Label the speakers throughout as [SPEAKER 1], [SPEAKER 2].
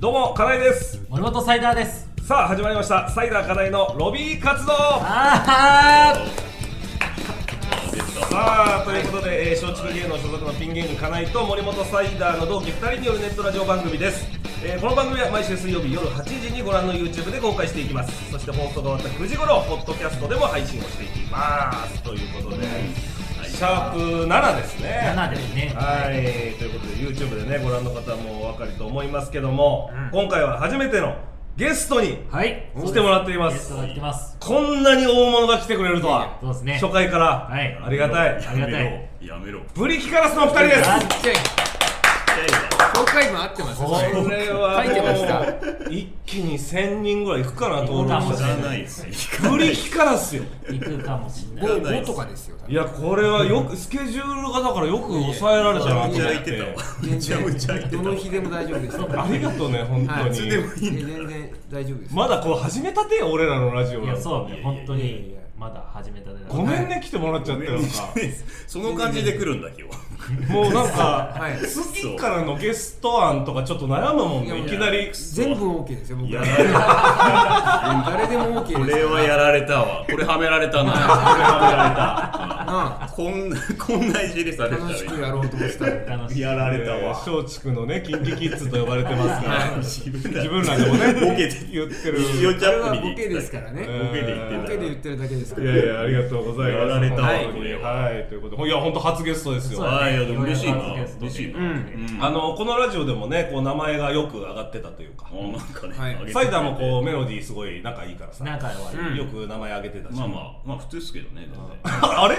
[SPEAKER 1] どうも、かなえです。
[SPEAKER 2] 森本サイダーです
[SPEAKER 1] さあ、始まりました。サイダーかなえのロビー活動。さ
[SPEAKER 2] あ
[SPEAKER 1] あ、ということで、えー松竹芸能所属のピン芸人かなえと森本サイダーの同期2人によるネットラジオ番組です。えーこの番組は毎週水曜日夜8時にご覧の YouTube で公開していきます。そして放送が終わった9時頃、ポッドキャストでも配信をしていきます。ということで、シャープ7ですね。
[SPEAKER 2] ー7ですね
[SPEAKER 1] はい、ということで YouTube でねご覧の方もお分かりと思いますけども、
[SPEAKER 2] うん
[SPEAKER 1] 今回は初めてのゲストに
[SPEAKER 2] はい
[SPEAKER 1] 来てもらっていま
[SPEAKER 2] ゲス
[SPEAKER 1] す
[SPEAKER 2] トが来てます
[SPEAKER 1] こんなに大物が来てくれるとは
[SPEAKER 2] そうですね
[SPEAKER 1] 初回から、
[SPEAKER 2] はい
[SPEAKER 1] ありがたい
[SPEAKER 2] ありがたい
[SPEAKER 3] やめろ。
[SPEAKER 1] ブリキカラスのお二人です
[SPEAKER 2] あ
[SPEAKER 4] ちっちゃい公開も合ってます
[SPEAKER 1] こ
[SPEAKER 4] それ
[SPEAKER 1] れは
[SPEAKER 4] 書いてました
[SPEAKER 1] もう一気に1000人ぐらいいくかな登録
[SPEAKER 2] いく
[SPEAKER 1] 者
[SPEAKER 2] か
[SPEAKER 3] やらないです。
[SPEAKER 1] ブリキカラスよ
[SPEAKER 2] 行くかもしれない
[SPEAKER 3] や
[SPEAKER 4] 5とかですよ多分
[SPEAKER 1] いやこれはよくスケジュールがだからよく抑えられたなと思っ
[SPEAKER 3] めちゃめちゃ空いてたわ
[SPEAKER 1] て。
[SPEAKER 3] めちゃめちゃ空いて
[SPEAKER 4] ど
[SPEAKER 3] た
[SPEAKER 4] の
[SPEAKER 3] わ。
[SPEAKER 4] 日でも大丈夫ですよ
[SPEAKER 1] ありがとうね本当
[SPEAKER 4] はいい
[SPEAKER 1] に
[SPEAKER 4] つ
[SPEAKER 3] でもいいんだ
[SPEAKER 4] 全然大丈夫です
[SPEAKER 1] まだこう始めたてよ俺らのラジオ
[SPEAKER 2] い
[SPEAKER 1] なん
[SPEAKER 2] や
[SPEAKER 1] て
[SPEAKER 2] そうね本当
[SPEAKER 4] いやいやい
[SPEAKER 2] に
[SPEAKER 4] や
[SPEAKER 2] まだ始めたてだ
[SPEAKER 1] ごめんね来てもらっちゃったのか
[SPEAKER 3] その感じで来るんだ今日。
[SPEAKER 1] もうなん
[SPEAKER 4] は
[SPEAKER 1] か
[SPEAKER 4] い
[SPEAKER 1] 次からのゲスト案とかちょっと悩むもんねい
[SPEAKER 4] いや
[SPEAKER 1] きなり
[SPEAKER 4] 全部 OK ですよ僕
[SPEAKER 3] や
[SPEAKER 4] は
[SPEAKER 3] られた。
[SPEAKER 4] 誰でも OK です
[SPEAKER 3] これはやられたわ。これはめられたな。これはめられ
[SPEAKER 4] なあ
[SPEAKER 3] た。こんなこんないじりされたら
[SPEAKER 4] 楽しくやろうと思ってたら
[SPEAKER 2] 楽しい
[SPEAKER 3] やられた
[SPEAKER 1] えー
[SPEAKER 3] わ。
[SPEAKER 1] 松竹のねキンキキッズと呼ばれてますから
[SPEAKER 3] 自
[SPEAKER 1] 自分らでもね
[SPEAKER 3] ボケて
[SPEAKER 1] 言ってる
[SPEAKER 3] 一応
[SPEAKER 4] こ
[SPEAKER 3] チ
[SPEAKER 4] れ
[SPEAKER 3] ャ
[SPEAKER 4] は
[SPEAKER 3] ップ
[SPEAKER 4] ボ
[SPEAKER 3] に。
[SPEAKER 4] ケですからら
[SPEAKER 1] うん
[SPEAKER 4] ね
[SPEAKER 3] ボケで言って
[SPEAKER 4] ボ
[SPEAKER 3] んだ
[SPEAKER 4] ケで言ってるだけですか
[SPEAKER 1] い
[SPEAKER 4] ら
[SPEAKER 1] やいやありがとうございます
[SPEAKER 3] やられたわ
[SPEAKER 1] 本当
[SPEAKER 3] こ
[SPEAKER 1] に
[SPEAKER 3] れは
[SPEAKER 1] はいということでいや本当初ゲストですよ
[SPEAKER 2] そう
[SPEAKER 3] あ
[SPEAKER 2] だ
[SPEAKER 3] あ
[SPEAKER 2] ね
[SPEAKER 3] いやでも嬉しいな
[SPEAKER 2] ゲストで
[SPEAKER 3] 嬉しいな
[SPEAKER 2] うん
[SPEAKER 1] あのこのラジオでもねこう名前がよく上がってたというか
[SPEAKER 3] あなんかね。
[SPEAKER 4] はい
[SPEAKER 3] あげてくれて
[SPEAKER 1] サイダーもこうメロディーすごい仲いいからさ
[SPEAKER 2] 仲はいい
[SPEAKER 1] よく名前上げてたし
[SPEAKER 3] まあまあまあ普通ですけどね。
[SPEAKER 1] あれ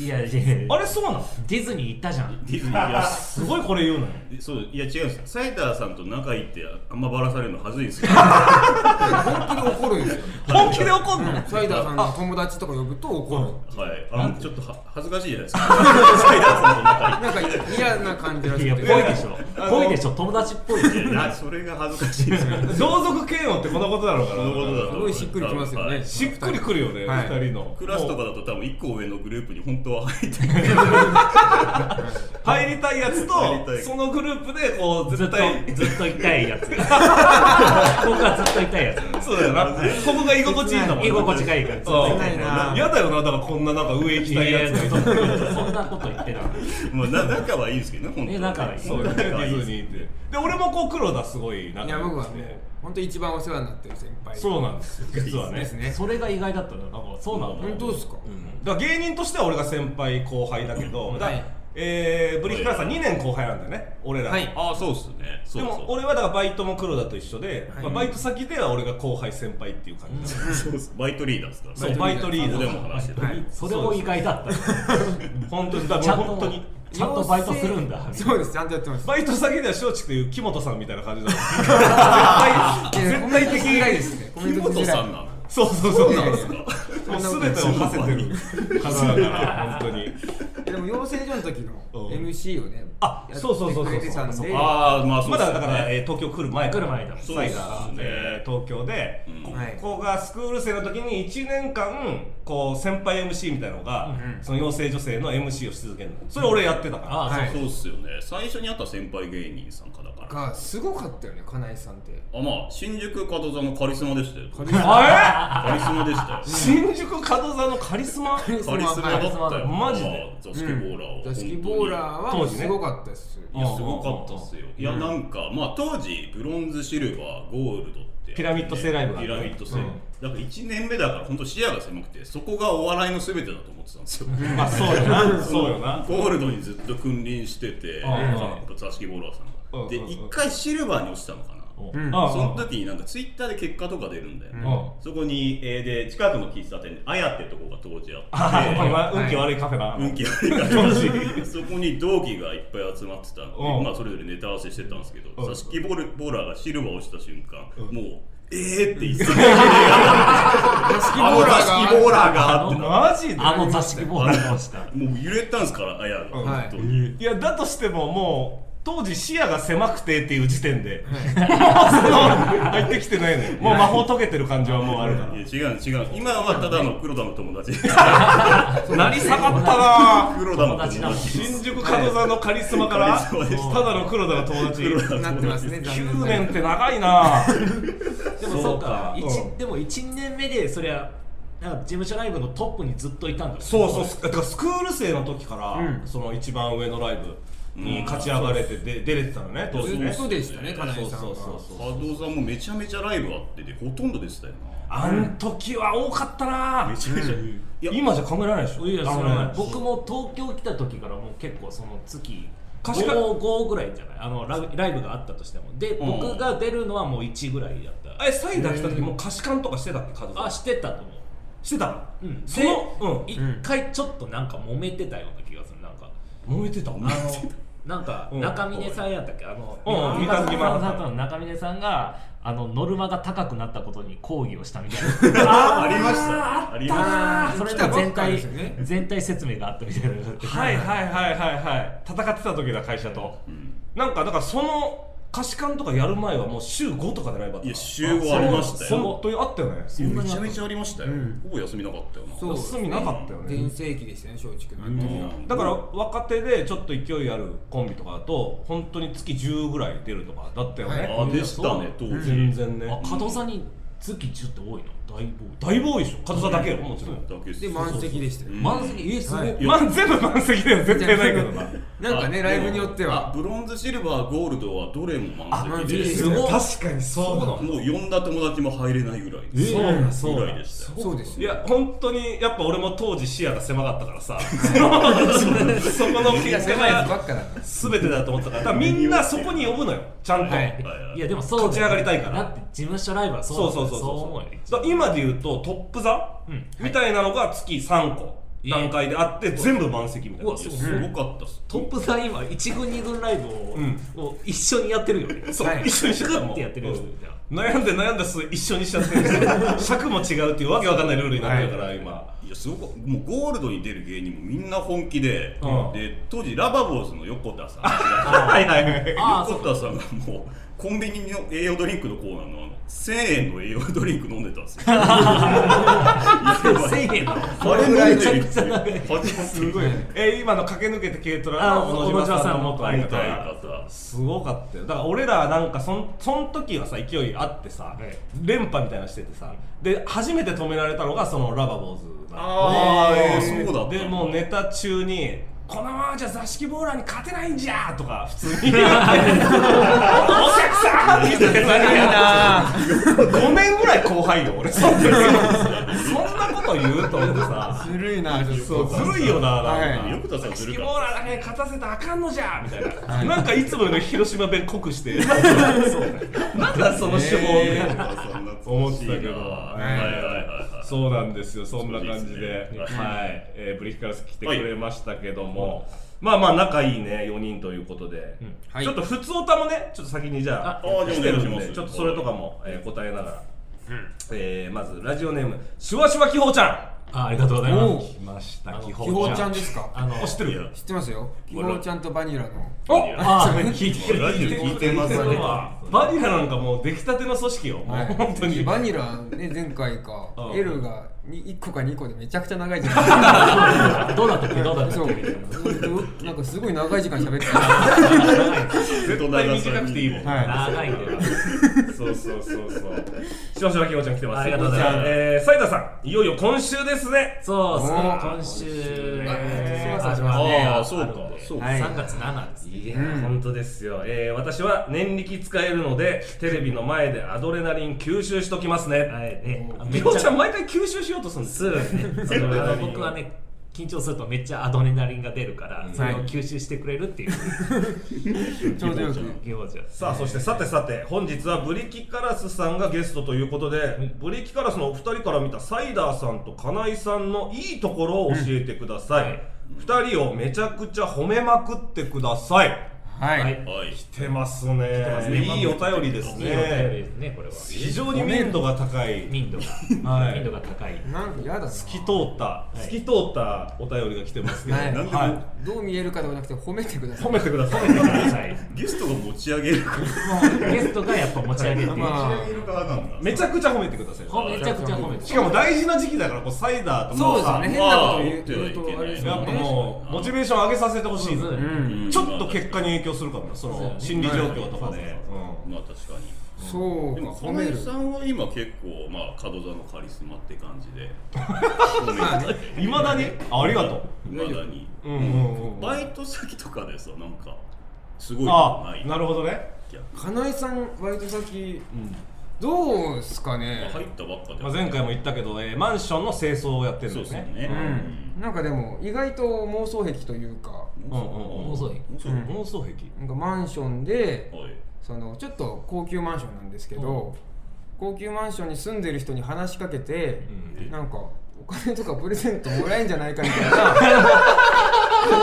[SPEAKER 2] いやいやいや
[SPEAKER 1] あれそうなの
[SPEAKER 2] ディズニー行ったじゃん
[SPEAKER 3] ディズニーいや
[SPEAKER 1] すごいこれ言うのよ
[SPEAKER 3] そういや違うんですサイダーさんと仲いいってあんまばらされるのはずいんですよ
[SPEAKER 4] 本当に怒るんですよ
[SPEAKER 1] 本気で怒んの
[SPEAKER 4] うんサイダーさんの友達とか呼ぶと怒る
[SPEAKER 3] はいあのちょっとは恥ずかしいじゃないですかサイダーさんと仲いい
[SPEAKER 4] なんか嫌な感じらし
[SPEAKER 2] いや
[SPEAKER 4] く
[SPEAKER 2] ぽい
[SPEAKER 4] て
[SPEAKER 2] でしょ
[SPEAKER 1] あの
[SPEAKER 2] ぽいでしょ友達っぽいでしょ
[SPEAKER 3] いやそれが恥ずかしいですよ
[SPEAKER 1] 同族嫌悪ってこのことだろうか
[SPEAKER 3] そのことだ
[SPEAKER 1] ら
[SPEAKER 3] と
[SPEAKER 4] すごいしっくりきますよ
[SPEAKER 3] はい
[SPEAKER 4] ね
[SPEAKER 1] しっくりくるよね、
[SPEAKER 4] はい
[SPEAKER 1] 二人の
[SPEAKER 3] クラスとか
[SPEAKER 1] も
[SPEAKER 3] だと多分1個上のグループに本当は入ってる
[SPEAKER 1] う入りたいやつと
[SPEAKER 3] 入りたい
[SPEAKER 1] そのグループでこう
[SPEAKER 2] ずっ
[SPEAKER 1] 絶
[SPEAKER 2] と
[SPEAKER 1] 対
[SPEAKER 2] ずっと痛 いやつ僕はずっと痛いやつ
[SPEAKER 1] そうだよなここが居心地いいんだもん
[SPEAKER 2] 居心地がいいから
[SPEAKER 1] そう
[SPEAKER 4] 切ないな
[SPEAKER 1] 嫌だよなだからこんななんか上行き
[SPEAKER 2] い
[SPEAKER 1] た
[SPEAKER 2] や
[SPEAKER 1] い
[SPEAKER 2] い
[SPEAKER 1] や
[SPEAKER 2] や
[SPEAKER 1] つ
[SPEAKER 2] そ
[SPEAKER 1] がいて
[SPEAKER 2] そんなこと言ってた
[SPEAKER 3] まあな仲はいいんですけどね本当
[SPEAKER 2] え仲はいい
[SPEAKER 1] そうだよねディズニーってで俺もこう黒田すごい仲
[SPEAKER 4] いや
[SPEAKER 1] 良
[SPEAKER 4] 僕
[SPEAKER 1] く
[SPEAKER 4] は
[SPEAKER 1] て
[SPEAKER 4] もう本当一番お世話になってる先輩
[SPEAKER 1] そうなんですよ実はね
[SPEAKER 4] ですね
[SPEAKER 2] それが意外だったのなんかそうなんだ
[SPEAKER 4] 本当ですか
[SPEAKER 1] だから芸人としては俺が先輩後輩だけど、だ
[SPEAKER 4] はい
[SPEAKER 1] えーブリキカラさん2年後輩なんだよね俺らの、
[SPEAKER 4] はい
[SPEAKER 3] ああそうっすねそ
[SPEAKER 1] で
[SPEAKER 3] う
[SPEAKER 1] も
[SPEAKER 3] そう
[SPEAKER 1] 俺はだからバイトも黒田と一緒で、まあ、バイト先では俺が後輩先輩っていう感じだ、
[SPEAKER 3] そうっすバイトリーダーですから
[SPEAKER 1] そうバイトリーダ
[SPEAKER 3] ここ
[SPEAKER 1] ー
[SPEAKER 3] でも話してた、
[SPEAKER 4] はい
[SPEAKER 2] それも意外だった
[SPEAKER 1] 本当にだ
[SPEAKER 2] ち
[SPEAKER 1] か
[SPEAKER 2] ゃ
[SPEAKER 1] ら
[SPEAKER 2] ん
[SPEAKER 1] もう本当
[SPEAKER 2] と
[SPEAKER 1] に
[SPEAKER 2] ちゃんとバイトするんだ
[SPEAKER 4] そうですちゃんとやってます
[SPEAKER 1] バイト先では松竹という木本さんみたいな感じだもん
[SPEAKER 4] いや
[SPEAKER 1] 絶対絶対
[SPEAKER 4] コメントしづらいで
[SPEAKER 1] 的
[SPEAKER 4] すねコメン
[SPEAKER 3] 木
[SPEAKER 4] トしづら
[SPEAKER 3] 本
[SPEAKER 4] い
[SPEAKER 3] さんなの
[SPEAKER 1] そうそうそう
[SPEAKER 4] そうなんです
[SPEAKER 1] もう全てを馳せてる方だから本当に
[SPEAKER 4] でも養成所の時の
[SPEAKER 1] うん
[SPEAKER 4] MC をね
[SPEAKER 1] あ
[SPEAKER 4] やって
[SPEAKER 1] そうそうそうそう
[SPEAKER 4] くれてたんで
[SPEAKER 3] ああまあそう
[SPEAKER 1] ま
[SPEAKER 3] っ
[SPEAKER 1] だ
[SPEAKER 3] すね
[SPEAKER 1] だから、えー東京来る前
[SPEAKER 2] 来る前だもん
[SPEAKER 1] サイダ
[SPEAKER 3] そう
[SPEAKER 1] ー、
[SPEAKER 3] ですね
[SPEAKER 1] えー東京で、
[SPEAKER 3] うん
[SPEAKER 1] こ
[SPEAKER 4] はい
[SPEAKER 1] ここがスクール生の時に1年間こう先輩 MC みたいなのが、その養成女性の MC をし続けるのそれ俺やってたから、
[SPEAKER 2] ああ、
[SPEAKER 4] はい
[SPEAKER 3] そうっすよね最初に会った先輩芸人さんかだから
[SPEAKER 4] がすごかったよね金井さんって
[SPEAKER 3] あまあ新宿加藤さんのカリスマでしたよ
[SPEAKER 1] あ
[SPEAKER 3] カリスマでし たよ
[SPEAKER 1] れ新宿門座のカリスマ
[SPEAKER 3] カリスマだったよ。
[SPEAKER 1] マジで
[SPEAKER 3] ザスケボーラーを。
[SPEAKER 4] 座敷ボーラー
[SPEAKER 1] 当
[SPEAKER 4] は
[SPEAKER 1] 時ね
[SPEAKER 4] すごかったです
[SPEAKER 3] いや、すごかったっすよ。いや、なんか、まあ、当時、ブロンズ、シルバー、ゴールドって。
[SPEAKER 1] ピラミッド制ライブだ
[SPEAKER 3] ピラミッド制
[SPEAKER 1] うん。
[SPEAKER 3] だから1年目だから、本当視野が狭くて、そこがお笑いの全てだと思ってたんですよ。
[SPEAKER 1] まあそうよ な そうよな
[SPEAKER 3] ゴールドにずっと君臨してて、
[SPEAKER 1] うん
[SPEAKER 3] なんか座敷ボーラーさん
[SPEAKER 1] うん
[SPEAKER 3] が。で、一回シルバーに落ちたのか
[SPEAKER 2] うん
[SPEAKER 3] な。
[SPEAKER 4] うん
[SPEAKER 1] あ
[SPEAKER 3] その時になんかツイッターで結果とか出るんだよね。
[SPEAKER 1] うん
[SPEAKER 3] そこに、えーで、近くの喫茶店で、あやってとこが当時あって。
[SPEAKER 1] あ運気悪いカフェな、
[SPEAKER 3] 運気悪いから そこに同期がいっぱい集まってたんで、
[SPEAKER 1] うん
[SPEAKER 3] まあ、それぞれネタ合わせしてたんですけど、
[SPEAKER 1] うん
[SPEAKER 3] 座敷ボールボーラーがシルバーをした瞬間、
[SPEAKER 1] うん
[SPEAKER 3] もう「えー!」って言ってた
[SPEAKER 4] 座敷
[SPEAKER 3] あの座敷ボーラーがあってな
[SPEAKER 1] マジで
[SPEAKER 2] あの座敷ボーラーをした
[SPEAKER 3] もう揺れたんすからあやが、
[SPEAKER 1] うん
[SPEAKER 3] 本当に
[SPEAKER 1] いやだとしてもも当時視野が狭くてっていう時点で、もうそ の入ってきてないのよもう魔法解けてる感じはもうあるから
[SPEAKER 3] いや違う違う今はただの黒田の友達
[SPEAKER 1] 成り下がったなぁ
[SPEAKER 3] 黒田の
[SPEAKER 2] 友
[SPEAKER 3] 友達
[SPEAKER 2] 達なの
[SPEAKER 1] 新宿角座のカリスマから
[SPEAKER 3] カリスマでした
[SPEAKER 1] ただの黒田が友達
[SPEAKER 3] 黒田の友達
[SPEAKER 4] なってますね残念
[SPEAKER 1] 9
[SPEAKER 4] ながら
[SPEAKER 1] 年って長いなぁ
[SPEAKER 2] でもそ
[SPEAKER 1] そ
[SPEAKER 2] うか
[SPEAKER 1] うか
[SPEAKER 2] 一
[SPEAKER 1] うん
[SPEAKER 2] でも1年目でそりゃなんか事務所ライブのトップにずっといたんだろ
[SPEAKER 1] そうそうすだからスクール生の時から、
[SPEAKER 4] うん
[SPEAKER 1] その一番上のライブに勝ち上がれて、で出れてたのね当時ね
[SPEAKER 4] ずっとでしたね、金井さん
[SPEAKER 1] そう
[SPEAKER 4] は。
[SPEAKER 1] そうそう
[SPEAKER 3] 波動さんもめちゃめちゃライブあっててほとんどでしたよな
[SPEAKER 1] あん時は多かったなぁ
[SPEAKER 3] めちゃめちゃ、い
[SPEAKER 1] いや
[SPEAKER 3] や
[SPEAKER 1] 今じゃ考えられないでしょ
[SPEAKER 2] いや
[SPEAKER 1] あ
[SPEAKER 2] そ
[SPEAKER 1] の
[SPEAKER 2] の
[SPEAKER 1] ね
[SPEAKER 2] 僕も東京来た時からもう結構その月
[SPEAKER 1] 貸しが
[SPEAKER 2] 5ぐらいじゃないあのライブライブがあったとしてもで、
[SPEAKER 3] うん
[SPEAKER 2] 僕が出るのはもう1ぐらいだった
[SPEAKER 1] えサイダー来た時もう貸し館とかしてたっけ角
[SPEAKER 2] あ
[SPEAKER 1] 座
[SPEAKER 2] してたと思う
[SPEAKER 1] してた
[SPEAKER 2] うん
[SPEAKER 1] その
[SPEAKER 2] で一、回ちょっとなんか揉めてたような気がするなんか
[SPEAKER 1] うん燃えてた
[SPEAKER 2] あのなんか
[SPEAKER 1] うん
[SPEAKER 2] 中峰さんやったっけあの
[SPEAKER 1] うん
[SPEAKER 2] 三日月マラソ
[SPEAKER 1] 三日
[SPEAKER 2] ン
[SPEAKER 1] 月マラソン
[SPEAKER 2] の中峰さんがあのノルマが高くなったことに抗議をしたみたいな
[SPEAKER 3] あありましたありました
[SPEAKER 2] あ ーそれの
[SPEAKER 4] 来たばっ
[SPEAKER 2] 全
[SPEAKER 4] かり
[SPEAKER 2] 体
[SPEAKER 4] ですよね
[SPEAKER 2] 全体説明があったみたいなのがあって
[SPEAKER 1] はいはいはいはいはい戦ってた時だ会社と、
[SPEAKER 3] うん
[SPEAKER 1] なんかだからその貸し館とかやる前はもう週5とかでライブあったから
[SPEAKER 3] いや週5ありましたよ
[SPEAKER 1] 本当にあったよね
[SPEAKER 3] いやめちゃめちゃありましたよ、
[SPEAKER 4] うん
[SPEAKER 3] ほぼ休みなかったよな
[SPEAKER 4] そう
[SPEAKER 1] 休みなかったよね、
[SPEAKER 4] 全盛期でしたね、松竹のあの時は。
[SPEAKER 1] だから若手でちょっと勢いあるコンビとかだと本当に月10ぐらい出るとかだったよね、
[SPEAKER 3] あでしたね当時、
[SPEAKER 1] 全然
[SPEAKER 2] あ
[SPEAKER 1] ね
[SPEAKER 2] 加藤さんに月10って多いの大暴
[SPEAKER 1] 大ボーイでしょ角座だけよもちろん
[SPEAKER 3] だけっす
[SPEAKER 4] で、満席でしたよ
[SPEAKER 3] うん
[SPEAKER 2] 満席えすごい、
[SPEAKER 4] はい
[SPEAKER 1] まあ全部満席だよ絶対ないけどな
[SPEAKER 4] なんかね、
[SPEAKER 3] あ
[SPEAKER 4] ライブによって
[SPEAKER 3] あ
[SPEAKER 4] は。
[SPEAKER 3] ブロンズシルバーゴールドはどれも満席
[SPEAKER 4] あ満席です
[SPEAKER 3] で
[SPEAKER 4] ごい
[SPEAKER 1] 確かにそうなの
[SPEAKER 3] もう呼んだ友達も入れないぐらい
[SPEAKER 1] えそうだそうだ
[SPEAKER 3] ぐらいでしたよ
[SPEAKER 4] そうです
[SPEAKER 1] い
[SPEAKER 4] よ。
[SPEAKER 1] や本当にやっぱ俺も当時視野が狭かったからさそのそこの
[SPEAKER 4] い
[SPEAKER 1] 結
[SPEAKER 4] や、
[SPEAKER 1] 果
[SPEAKER 4] 狭いやつば
[SPEAKER 1] が
[SPEAKER 4] っかだから。
[SPEAKER 1] 全てだと思ってたからだからみんなそこに呼ぶのよちゃんと、
[SPEAKER 4] は
[SPEAKER 3] は
[SPEAKER 4] い
[SPEAKER 3] いはい
[SPEAKER 2] いやでもそうだよ
[SPEAKER 1] 勝ち上がりたいから
[SPEAKER 2] だって事務所ライブはそう
[SPEAKER 1] そう
[SPEAKER 2] だ
[SPEAKER 1] そうそう
[SPEAKER 2] そう思うよ
[SPEAKER 1] だから今で言うとトップ座、
[SPEAKER 2] うん
[SPEAKER 1] みたいなのが月3個
[SPEAKER 2] え
[SPEAKER 1] 段階であって全部満席みたいうな
[SPEAKER 2] わそう
[SPEAKER 3] すごかったっす
[SPEAKER 2] トップさん今1軍2軍ライブを,、
[SPEAKER 1] うん
[SPEAKER 2] を一緒にやってるよね
[SPEAKER 1] そう、
[SPEAKER 4] はい
[SPEAKER 1] 一緒にしちゃったも
[SPEAKER 2] っ
[SPEAKER 1] ん
[SPEAKER 2] てやってるよ、
[SPEAKER 1] うん
[SPEAKER 2] じゃあ
[SPEAKER 1] 悩んで悩んだす一緒にしちゃってるんですけど尺も違うっていうわけわかんないルールになってるから、今
[SPEAKER 3] いやすごくもうゴールドに出る芸人もみんな本気で、
[SPEAKER 1] うん
[SPEAKER 3] で当時ラバボーズの横田さん
[SPEAKER 1] はいはいはい
[SPEAKER 2] あー
[SPEAKER 3] 横田さんがもうコンビニの栄養ドリンクのコーナーのあの1000円の栄養ドリンク飲んでたんです よ
[SPEAKER 2] 1000円の
[SPEAKER 3] あれ飲んでるっ
[SPEAKER 2] めち
[SPEAKER 3] て
[SPEAKER 2] ゃくちゃ長い
[SPEAKER 3] 初す
[SPEAKER 4] すごいね。
[SPEAKER 1] えー今の駆け抜けて軽トラの
[SPEAKER 2] あー
[SPEAKER 1] 小野島さんの元相
[SPEAKER 3] 相
[SPEAKER 1] 方
[SPEAKER 3] 方
[SPEAKER 1] すごかったよだから俺らなんかそんそん時はさ勢いあってさ、
[SPEAKER 2] はい
[SPEAKER 1] 連覇みたいなのしててさで初めて止められたのがそのラバボーズ
[SPEAKER 3] あー
[SPEAKER 1] え
[SPEAKER 3] そうだった
[SPEAKER 1] でもうネタ中にこのままじゃ座敷ボーラーに勝てないんじゃーとか普通に言ってお客さんみたい な5年ぐらい後輩よ俺そんなこと言うと思ってさ
[SPEAKER 4] ずるいな、ちょっと。
[SPEAKER 1] そうずるいよな、なんか
[SPEAKER 4] はい
[SPEAKER 3] 横田さんずる
[SPEAKER 1] 式
[SPEAKER 3] か
[SPEAKER 1] ボ
[SPEAKER 3] っ
[SPEAKER 1] ー
[SPEAKER 3] た
[SPEAKER 1] ラーだけ勝たせたらあかんのじゃみたいな、
[SPEAKER 4] はい
[SPEAKER 1] なんかいつもより広島弁濃くして なんだその手法
[SPEAKER 4] ね
[SPEAKER 1] ね
[SPEAKER 4] え
[SPEAKER 1] 思ってたけど
[SPEAKER 3] はい
[SPEAKER 4] ね
[SPEAKER 3] はいはいはい
[SPEAKER 1] そうなんですよそんな感じで
[SPEAKER 3] そうですね
[SPEAKER 1] はい、えーブリヒカルス来てくれましたけども、まあまあ仲いいね4人ということで、
[SPEAKER 4] はい
[SPEAKER 1] ちょっと普通歌もねちょっと先にじゃあ
[SPEAKER 2] あ
[SPEAKER 3] あー
[SPEAKER 1] 来てる
[SPEAKER 3] お
[SPEAKER 1] ん
[SPEAKER 3] 願いし
[SPEAKER 1] で
[SPEAKER 3] ます
[SPEAKER 1] ちょっとそれとかも、えー答えながら、えーまずラジオネームシュワシュワキホウちゃ
[SPEAKER 2] あありがとうござい
[SPEAKER 4] お
[SPEAKER 2] ま
[SPEAKER 4] う
[SPEAKER 2] す
[SPEAKER 1] ん来ました
[SPEAKER 2] あの
[SPEAKER 1] キ
[SPEAKER 4] 希
[SPEAKER 1] ホ
[SPEAKER 4] 望
[SPEAKER 1] ウ
[SPEAKER 4] ち
[SPEAKER 1] ちゃ
[SPEAKER 4] ゃ
[SPEAKER 1] ん
[SPEAKER 4] んですか
[SPEAKER 2] あの
[SPEAKER 1] あ知ってるよ
[SPEAKER 4] 知ってますよ。希望ちゃんとバニラの。
[SPEAKER 1] お
[SPEAKER 3] いや
[SPEAKER 2] あー
[SPEAKER 1] 聞いてる
[SPEAKER 3] ラジオ聞いてますね
[SPEAKER 1] バニラなんかもう出来たての組織よ、もう
[SPEAKER 4] はい
[SPEAKER 1] 本当に
[SPEAKER 4] バニラね前回か
[SPEAKER 1] うん
[SPEAKER 4] L がに1個か2個でめちゃくちゃ長いじゃない
[SPEAKER 2] どうだったっけどうだっ
[SPEAKER 4] です
[SPEAKER 2] た
[SPEAKER 4] か
[SPEAKER 2] っけ
[SPEAKER 4] そううんなんかすごい長い時間喋ってた
[SPEAKER 1] 絶対短くていいもん、
[SPEAKER 4] はい
[SPEAKER 2] 長いんだよ
[SPEAKER 1] そうそうそうそうしばしばきほちゃん来てます
[SPEAKER 2] ありがとうございます
[SPEAKER 1] えー、斉田さんいよいよ今週ですね
[SPEAKER 2] そうです
[SPEAKER 4] お
[SPEAKER 2] ね
[SPEAKER 4] ー
[SPEAKER 2] 今週
[SPEAKER 4] あ
[SPEAKER 2] えー
[SPEAKER 4] そうそう
[SPEAKER 3] あ
[SPEAKER 2] あ
[SPEAKER 3] あそう
[SPEAKER 2] あ
[SPEAKER 3] か
[SPEAKER 2] るんで
[SPEAKER 3] そうか
[SPEAKER 4] はい
[SPEAKER 2] 3月7ですね
[SPEAKER 1] いやー本当ですよ、えー、私は年力使えるのでテレビの前でアドレナリン吸収しときますね
[SPEAKER 2] はいねあ
[SPEAKER 1] きほちゃん毎回吸収しようとするんです
[SPEAKER 2] そうです ね。あの僕はね、緊張するとめっちゃアドレナリンが出るから、それを吸収してくれるっていう
[SPEAKER 4] ちょうどよく
[SPEAKER 2] 技法じゃ。
[SPEAKER 1] さあそしてさてさて本日はブリキカラスさんがゲストということで、ブリキカラスのお二人から見たサイダーさんと金井さんのいいところを教えてください、二人をめちゃくちゃ褒めまくってください
[SPEAKER 4] はい
[SPEAKER 3] はい
[SPEAKER 1] 来てますね
[SPEAKER 2] てますね
[SPEAKER 1] いいお便りです
[SPEAKER 2] いいお便りで
[SPEAKER 1] ね
[SPEAKER 2] すねこれは
[SPEAKER 1] 非常に民度が高い
[SPEAKER 2] 民度が
[SPEAKER 1] はい
[SPEAKER 2] 民度が高い
[SPEAKER 4] なんか嫌だな
[SPEAKER 1] 透き通った
[SPEAKER 2] い
[SPEAKER 1] 透き通ったお便りが来てますけど、
[SPEAKER 4] はい
[SPEAKER 1] なんでも
[SPEAKER 3] は
[SPEAKER 4] どう見えるかではなくて褒めてくださ
[SPEAKER 1] 褒
[SPEAKER 4] い
[SPEAKER 1] めてくださ い
[SPEAKER 2] はい
[SPEAKER 3] ゲストが持ち上げる
[SPEAKER 2] も
[SPEAKER 3] か
[SPEAKER 2] うゲストがやっぱ持ち上げて
[SPEAKER 4] まあ
[SPEAKER 2] め
[SPEAKER 3] 持ち上げる側なんだ
[SPEAKER 1] めちゃくちゃ褒めてください
[SPEAKER 2] ちゃくちゃ褒めて
[SPEAKER 1] しかも大事な時期だからこうサイダーとも
[SPEAKER 4] そうです
[SPEAKER 1] さ
[SPEAKER 4] よ
[SPEAKER 3] ま
[SPEAKER 4] ね変なこ
[SPEAKER 3] あ
[SPEAKER 4] と言う言うとあれです
[SPEAKER 1] や
[SPEAKER 4] よ
[SPEAKER 1] っぱ
[SPEAKER 4] ね
[SPEAKER 1] もうモチベーション上げさせてほしい、
[SPEAKER 2] そうですね
[SPEAKER 4] うん
[SPEAKER 1] ちょっと結果に影響するかもねその心理状況とかで、うん
[SPEAKER 3] まあ確かに
[SPEAKER 4] そう
[SPEAKER 3] で
[SPEAKER 4] か
[SPEAKER 3] も
[SPEAKER 4] 褒
[SPEAKER 3] 金
[SPEAKER 4] め
[SPEAKER 3] 井
[SPEAKER 4] る
[SPEAKER 3] さんは今結構まあ門座のカリスマって感じで
[SPEAKER 4] まあね
[SPEAKER 1] い まだにあありがと
[SPEAKER 3] いまだに
[SPEAKER 1] う、うんうんうん、
[SPEAKER 3] バイト先とかでさなんかすごいこと
[SPEAKER 1] あ
[SPEAKER 3] ない
[SPEAKER 1] なるほどね、
[SPEAKER 3] 逆
[SPEAKER 4] 金井さんバイト先どうですかね
[SPEAKER 3] 入ったばっかで、
[SPEAKER 1] まあ、前回も言ったけど、えーマンションの清掃をやってるん
[SPEAKER 3] そう
[SPEAKER 1] で
[SPEAKER 3] ですすよ
[SPEAKER 1] ね
[SPEAKER 3] ね
[SPEAKER 4] うんなんかでも意外と妄想癖というか
[SPEAKER 1] うんうん
[SPEAKER 2] 妄想癖
[SPEAKER 3] 妄想
[SPEAKER 4] うん
[SPEAKER 1] 妄想癖
[SPEAKER 4] なんかマンションで
[SPEAKER 3] はい
[SPEAKER 4] そのちょっと高級マンションなんですけど、高級マンションに住んでる人に話しかけて、
[SPEAKER 3] うん
[SPEAKER 4] なんかお金とかプレゼントもらえんじゃないかみたいな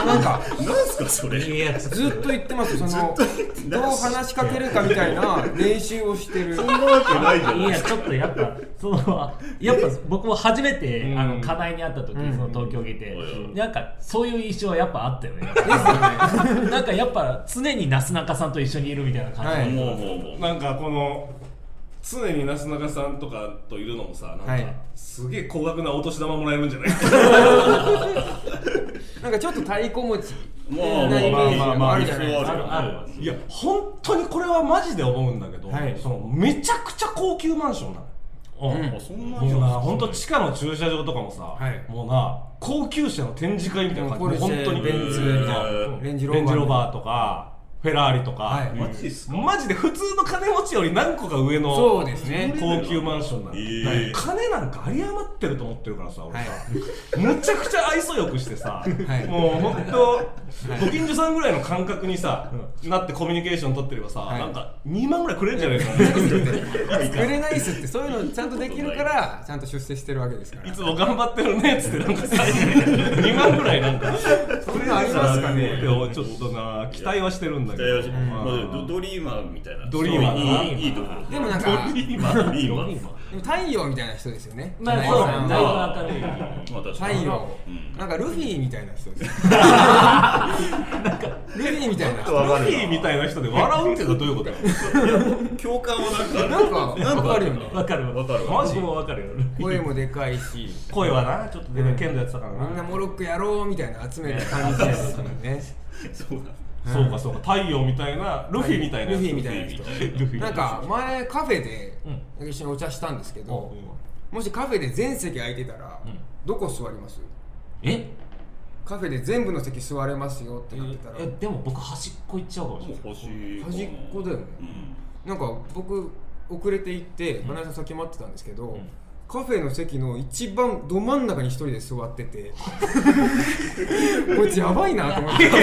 [SPEAKER 4] なんか
[SPEAKER 3] なんすかそれ
[SPEAKER 2] いや
[SPEAKER 4] ずっと言ってますよそのどう話しかけるかみたいな練習をしてる
[SPEAKER 3] そんなわけないじゃ
[SPEAKER 2] い
[SPEAKER 3] ないで
[SPEAKER 2] や
[SPEAKER 3] すか
[SPEAKER 2] ちょっとやっぱそのやっぱ僕も初めて、
[SPEAKER 1] うん
[SPEAKER 2] あの課題に会った時、
[SPEAKER 4] うん
[SPEAKER 2] その東京にいて、
[SPEAKER 3] うん
[SPEAKER 2] なんかそういう印象はやっぱあったよね
[SPEAKER 4] ですよね
[SPEAKER 2] なんかやっぱ常になすなかさんと一緒にいるみたいな感じ、
[SPEAKER 4] はい
[SPEAKER 3] もうもうもう
[SPEAKER 1] なんかこの常になすなかさんとかといるのもさなんか、
[SPEAKER 4] はい
[SPEAKER 1] すげえ高額なお年玉もらえるんじゃない
[SPEAKER 4] なんかちょっと太鼓持ち
[SPEAKER 3] まあ
[SPEAKER 4] なイメージ
[SPEAKER 3] まあま
[SPEAKER 4] も
[SPEAKER 3] あ
[SPEAKER 4] あるじゃないです
[SPEAKER 2] か
[SPEAKER 3] まあまあ
[SPEAKER 2] ある
[SPEAKER 1] いや本当にこれはマジで思うんだけど、
[SPEAKER 4] はい
[SPEAKER 1] そのめちゃくちゃ高級マンションなの
[SPEAKER 2] うん
[SPEAKER 4] うん
[SPEAKER 3] あそんな
[SPEAKER 1] もうな本当
[SPEAKER 3] 当
[SPEAKER 1] 地下の駐車場とかもさ、
[SPEAKER 4] はい
[SPEAKER 1] もうな高級車の展示会みたいな
[SPEAKER 4] も
[SPEAKER 1] 感
[SPEAKER 4] う
[SPEAKER 1] じで本
[SPEAKER 4] ポルシェ
[SPEAKER 1] 当に
[SPEAKER 4] ベン
[SPEAKER 3] ツ
[SPEAKER 1] みたいな
[SPEAKER 3] うん
[SPEAKER 4] レンジローバ
[SPEAKER 1] レ
[SPEAKER 4] ー
[SPEAKER 1] ンジローバーとかフェラーリとか、
[SPEAKER 4] はい
[SPEAKER 1] うん
[SPEAKER 3] マジっすか
[SPEAKER 1] マジで普通の金持ちより何個か上の
[SPEAKER 4] そうですね
[SPEAKER 1] 高級マンションなの、
[SPEAKER 3] えー
[SPEAKER 1] 金なんか有り余ってると思ってるからさ俺
[SPEAKER 4] はい
[SPEAKER 1] さ、むちゃくちゃ愛想よくしてさ、
[SPEAKER 4] い
[SPEAKER 1] もうほんとご近所さんぐらいの感覚にさ、なってコミュニケーション取ってればさ、
[SPEAKER 4] はい
[SPEAKER 1] なんか2万ぐらいくれるんじゃないか ないつか
[SPEAKER 4] 売れないっすってそういうのちゃんとできるからちゃんと出世してるわけですか
[SPEAKER 1] い
[SPEAKER 4] ら
[SPEAKER 1] つも頑張ってるねっつってなんか最後に2万ぐらいなんか
[SPEAKER 4] そんなありますかね
[SPEAKER 1] ちょっとな期待はしてるんだけど
[SPEAKER 3] まあドドリーマーみたいな
[SPEAKER 1] ドリーマー
[SPEAKER 3] いいいいところ
[SPEAKER 4] でもなんか
[SPEAKER 3] ドリーマードリーマー
[SPEAKER 4] でも太陽みたいな人ですよね
[SPEAKER 2] まあ
[SPEAKER 4] 金井
[SPEAKER 2] そう
[SPEAKER 4] さん
[SPEAKER 2] だいぶ
[SPEAKER 4] は
[SPEAKER 2] 明るい
[SPEAKER 3] まあ確か
[SPEAKER 4] 太
[SPEAKER 3] に
[SPEAKER 4] 陽、
[SPEAKER 3] うん
[SPEAKER 4] なんかルフィみたいな人ですルフィみたいな人
[SPEAKER 1] ルフィみたいな人で笑うっていうのはどういうことや
[SPEAKER 3] 共感はなんか
[SPEAKER 4] な
[SPEAKER 3] な
[SPEAKER 4] んか
[SPEAKER 3] ん
[SPEAKER 4] わかるよね
[SPEAKER 2] わかるわ
[SPEAKER 3] わかるわ
[SPEAKER 2] マジもわかるよ
[SPEAKER 4] 声もでかいし
[SPEAKER 1] 声はなちょっとで剣道やってたから
[SPEAKER 4] みん
[SPEAKER 1] な
[SPEAKER 4] なモロックやろうみたいな集める感じですもんね
[SPEAKER 3] そうだ
[SPEAKER 1] そうかそうか太陽みたいなルフィみたいな
[SPEAKER 4] ルフィみた
[SPEAKER 3] い
[SPEAKER 4] い
[SPEAKER 3] な
[SPEAKER 4] な
[SPEAKER 3] 人
[SPEAKER 4] 人
[SPEAKER 1] ルフィ
[SPEAKER 4] なんか前カフェで
[SPEAKER 2] うん
[SPEAKER 4] 一緒にお茶したんですけど
[SPEAKER 1] う、
[SPEAKER 4] もしカフェで全席空いてたら、
[SPEAKER 2] うん
[SPEAKER 4] どこ座ります
[SPEAKER 2] え
[SPEAKER 4] カフェで全部の席座れますよってなってたら、
[SPEAKER 2] えでも僕端っこ行っちゃうかもしれ
[SPEAKER 3] も
[SPEAKER 2] ないう
[SPEAKER 3] 星
[SPEAKER 4] 端っこだよね
[SPEAKER 3] うん
[SPEAKER 4] なんか僕遅れて行って花井さん先待ってたんですけど、カフェの席の一番ど真ん中に一人で座ってて こいつやばいなと思って
[SPEAKER 3] 別に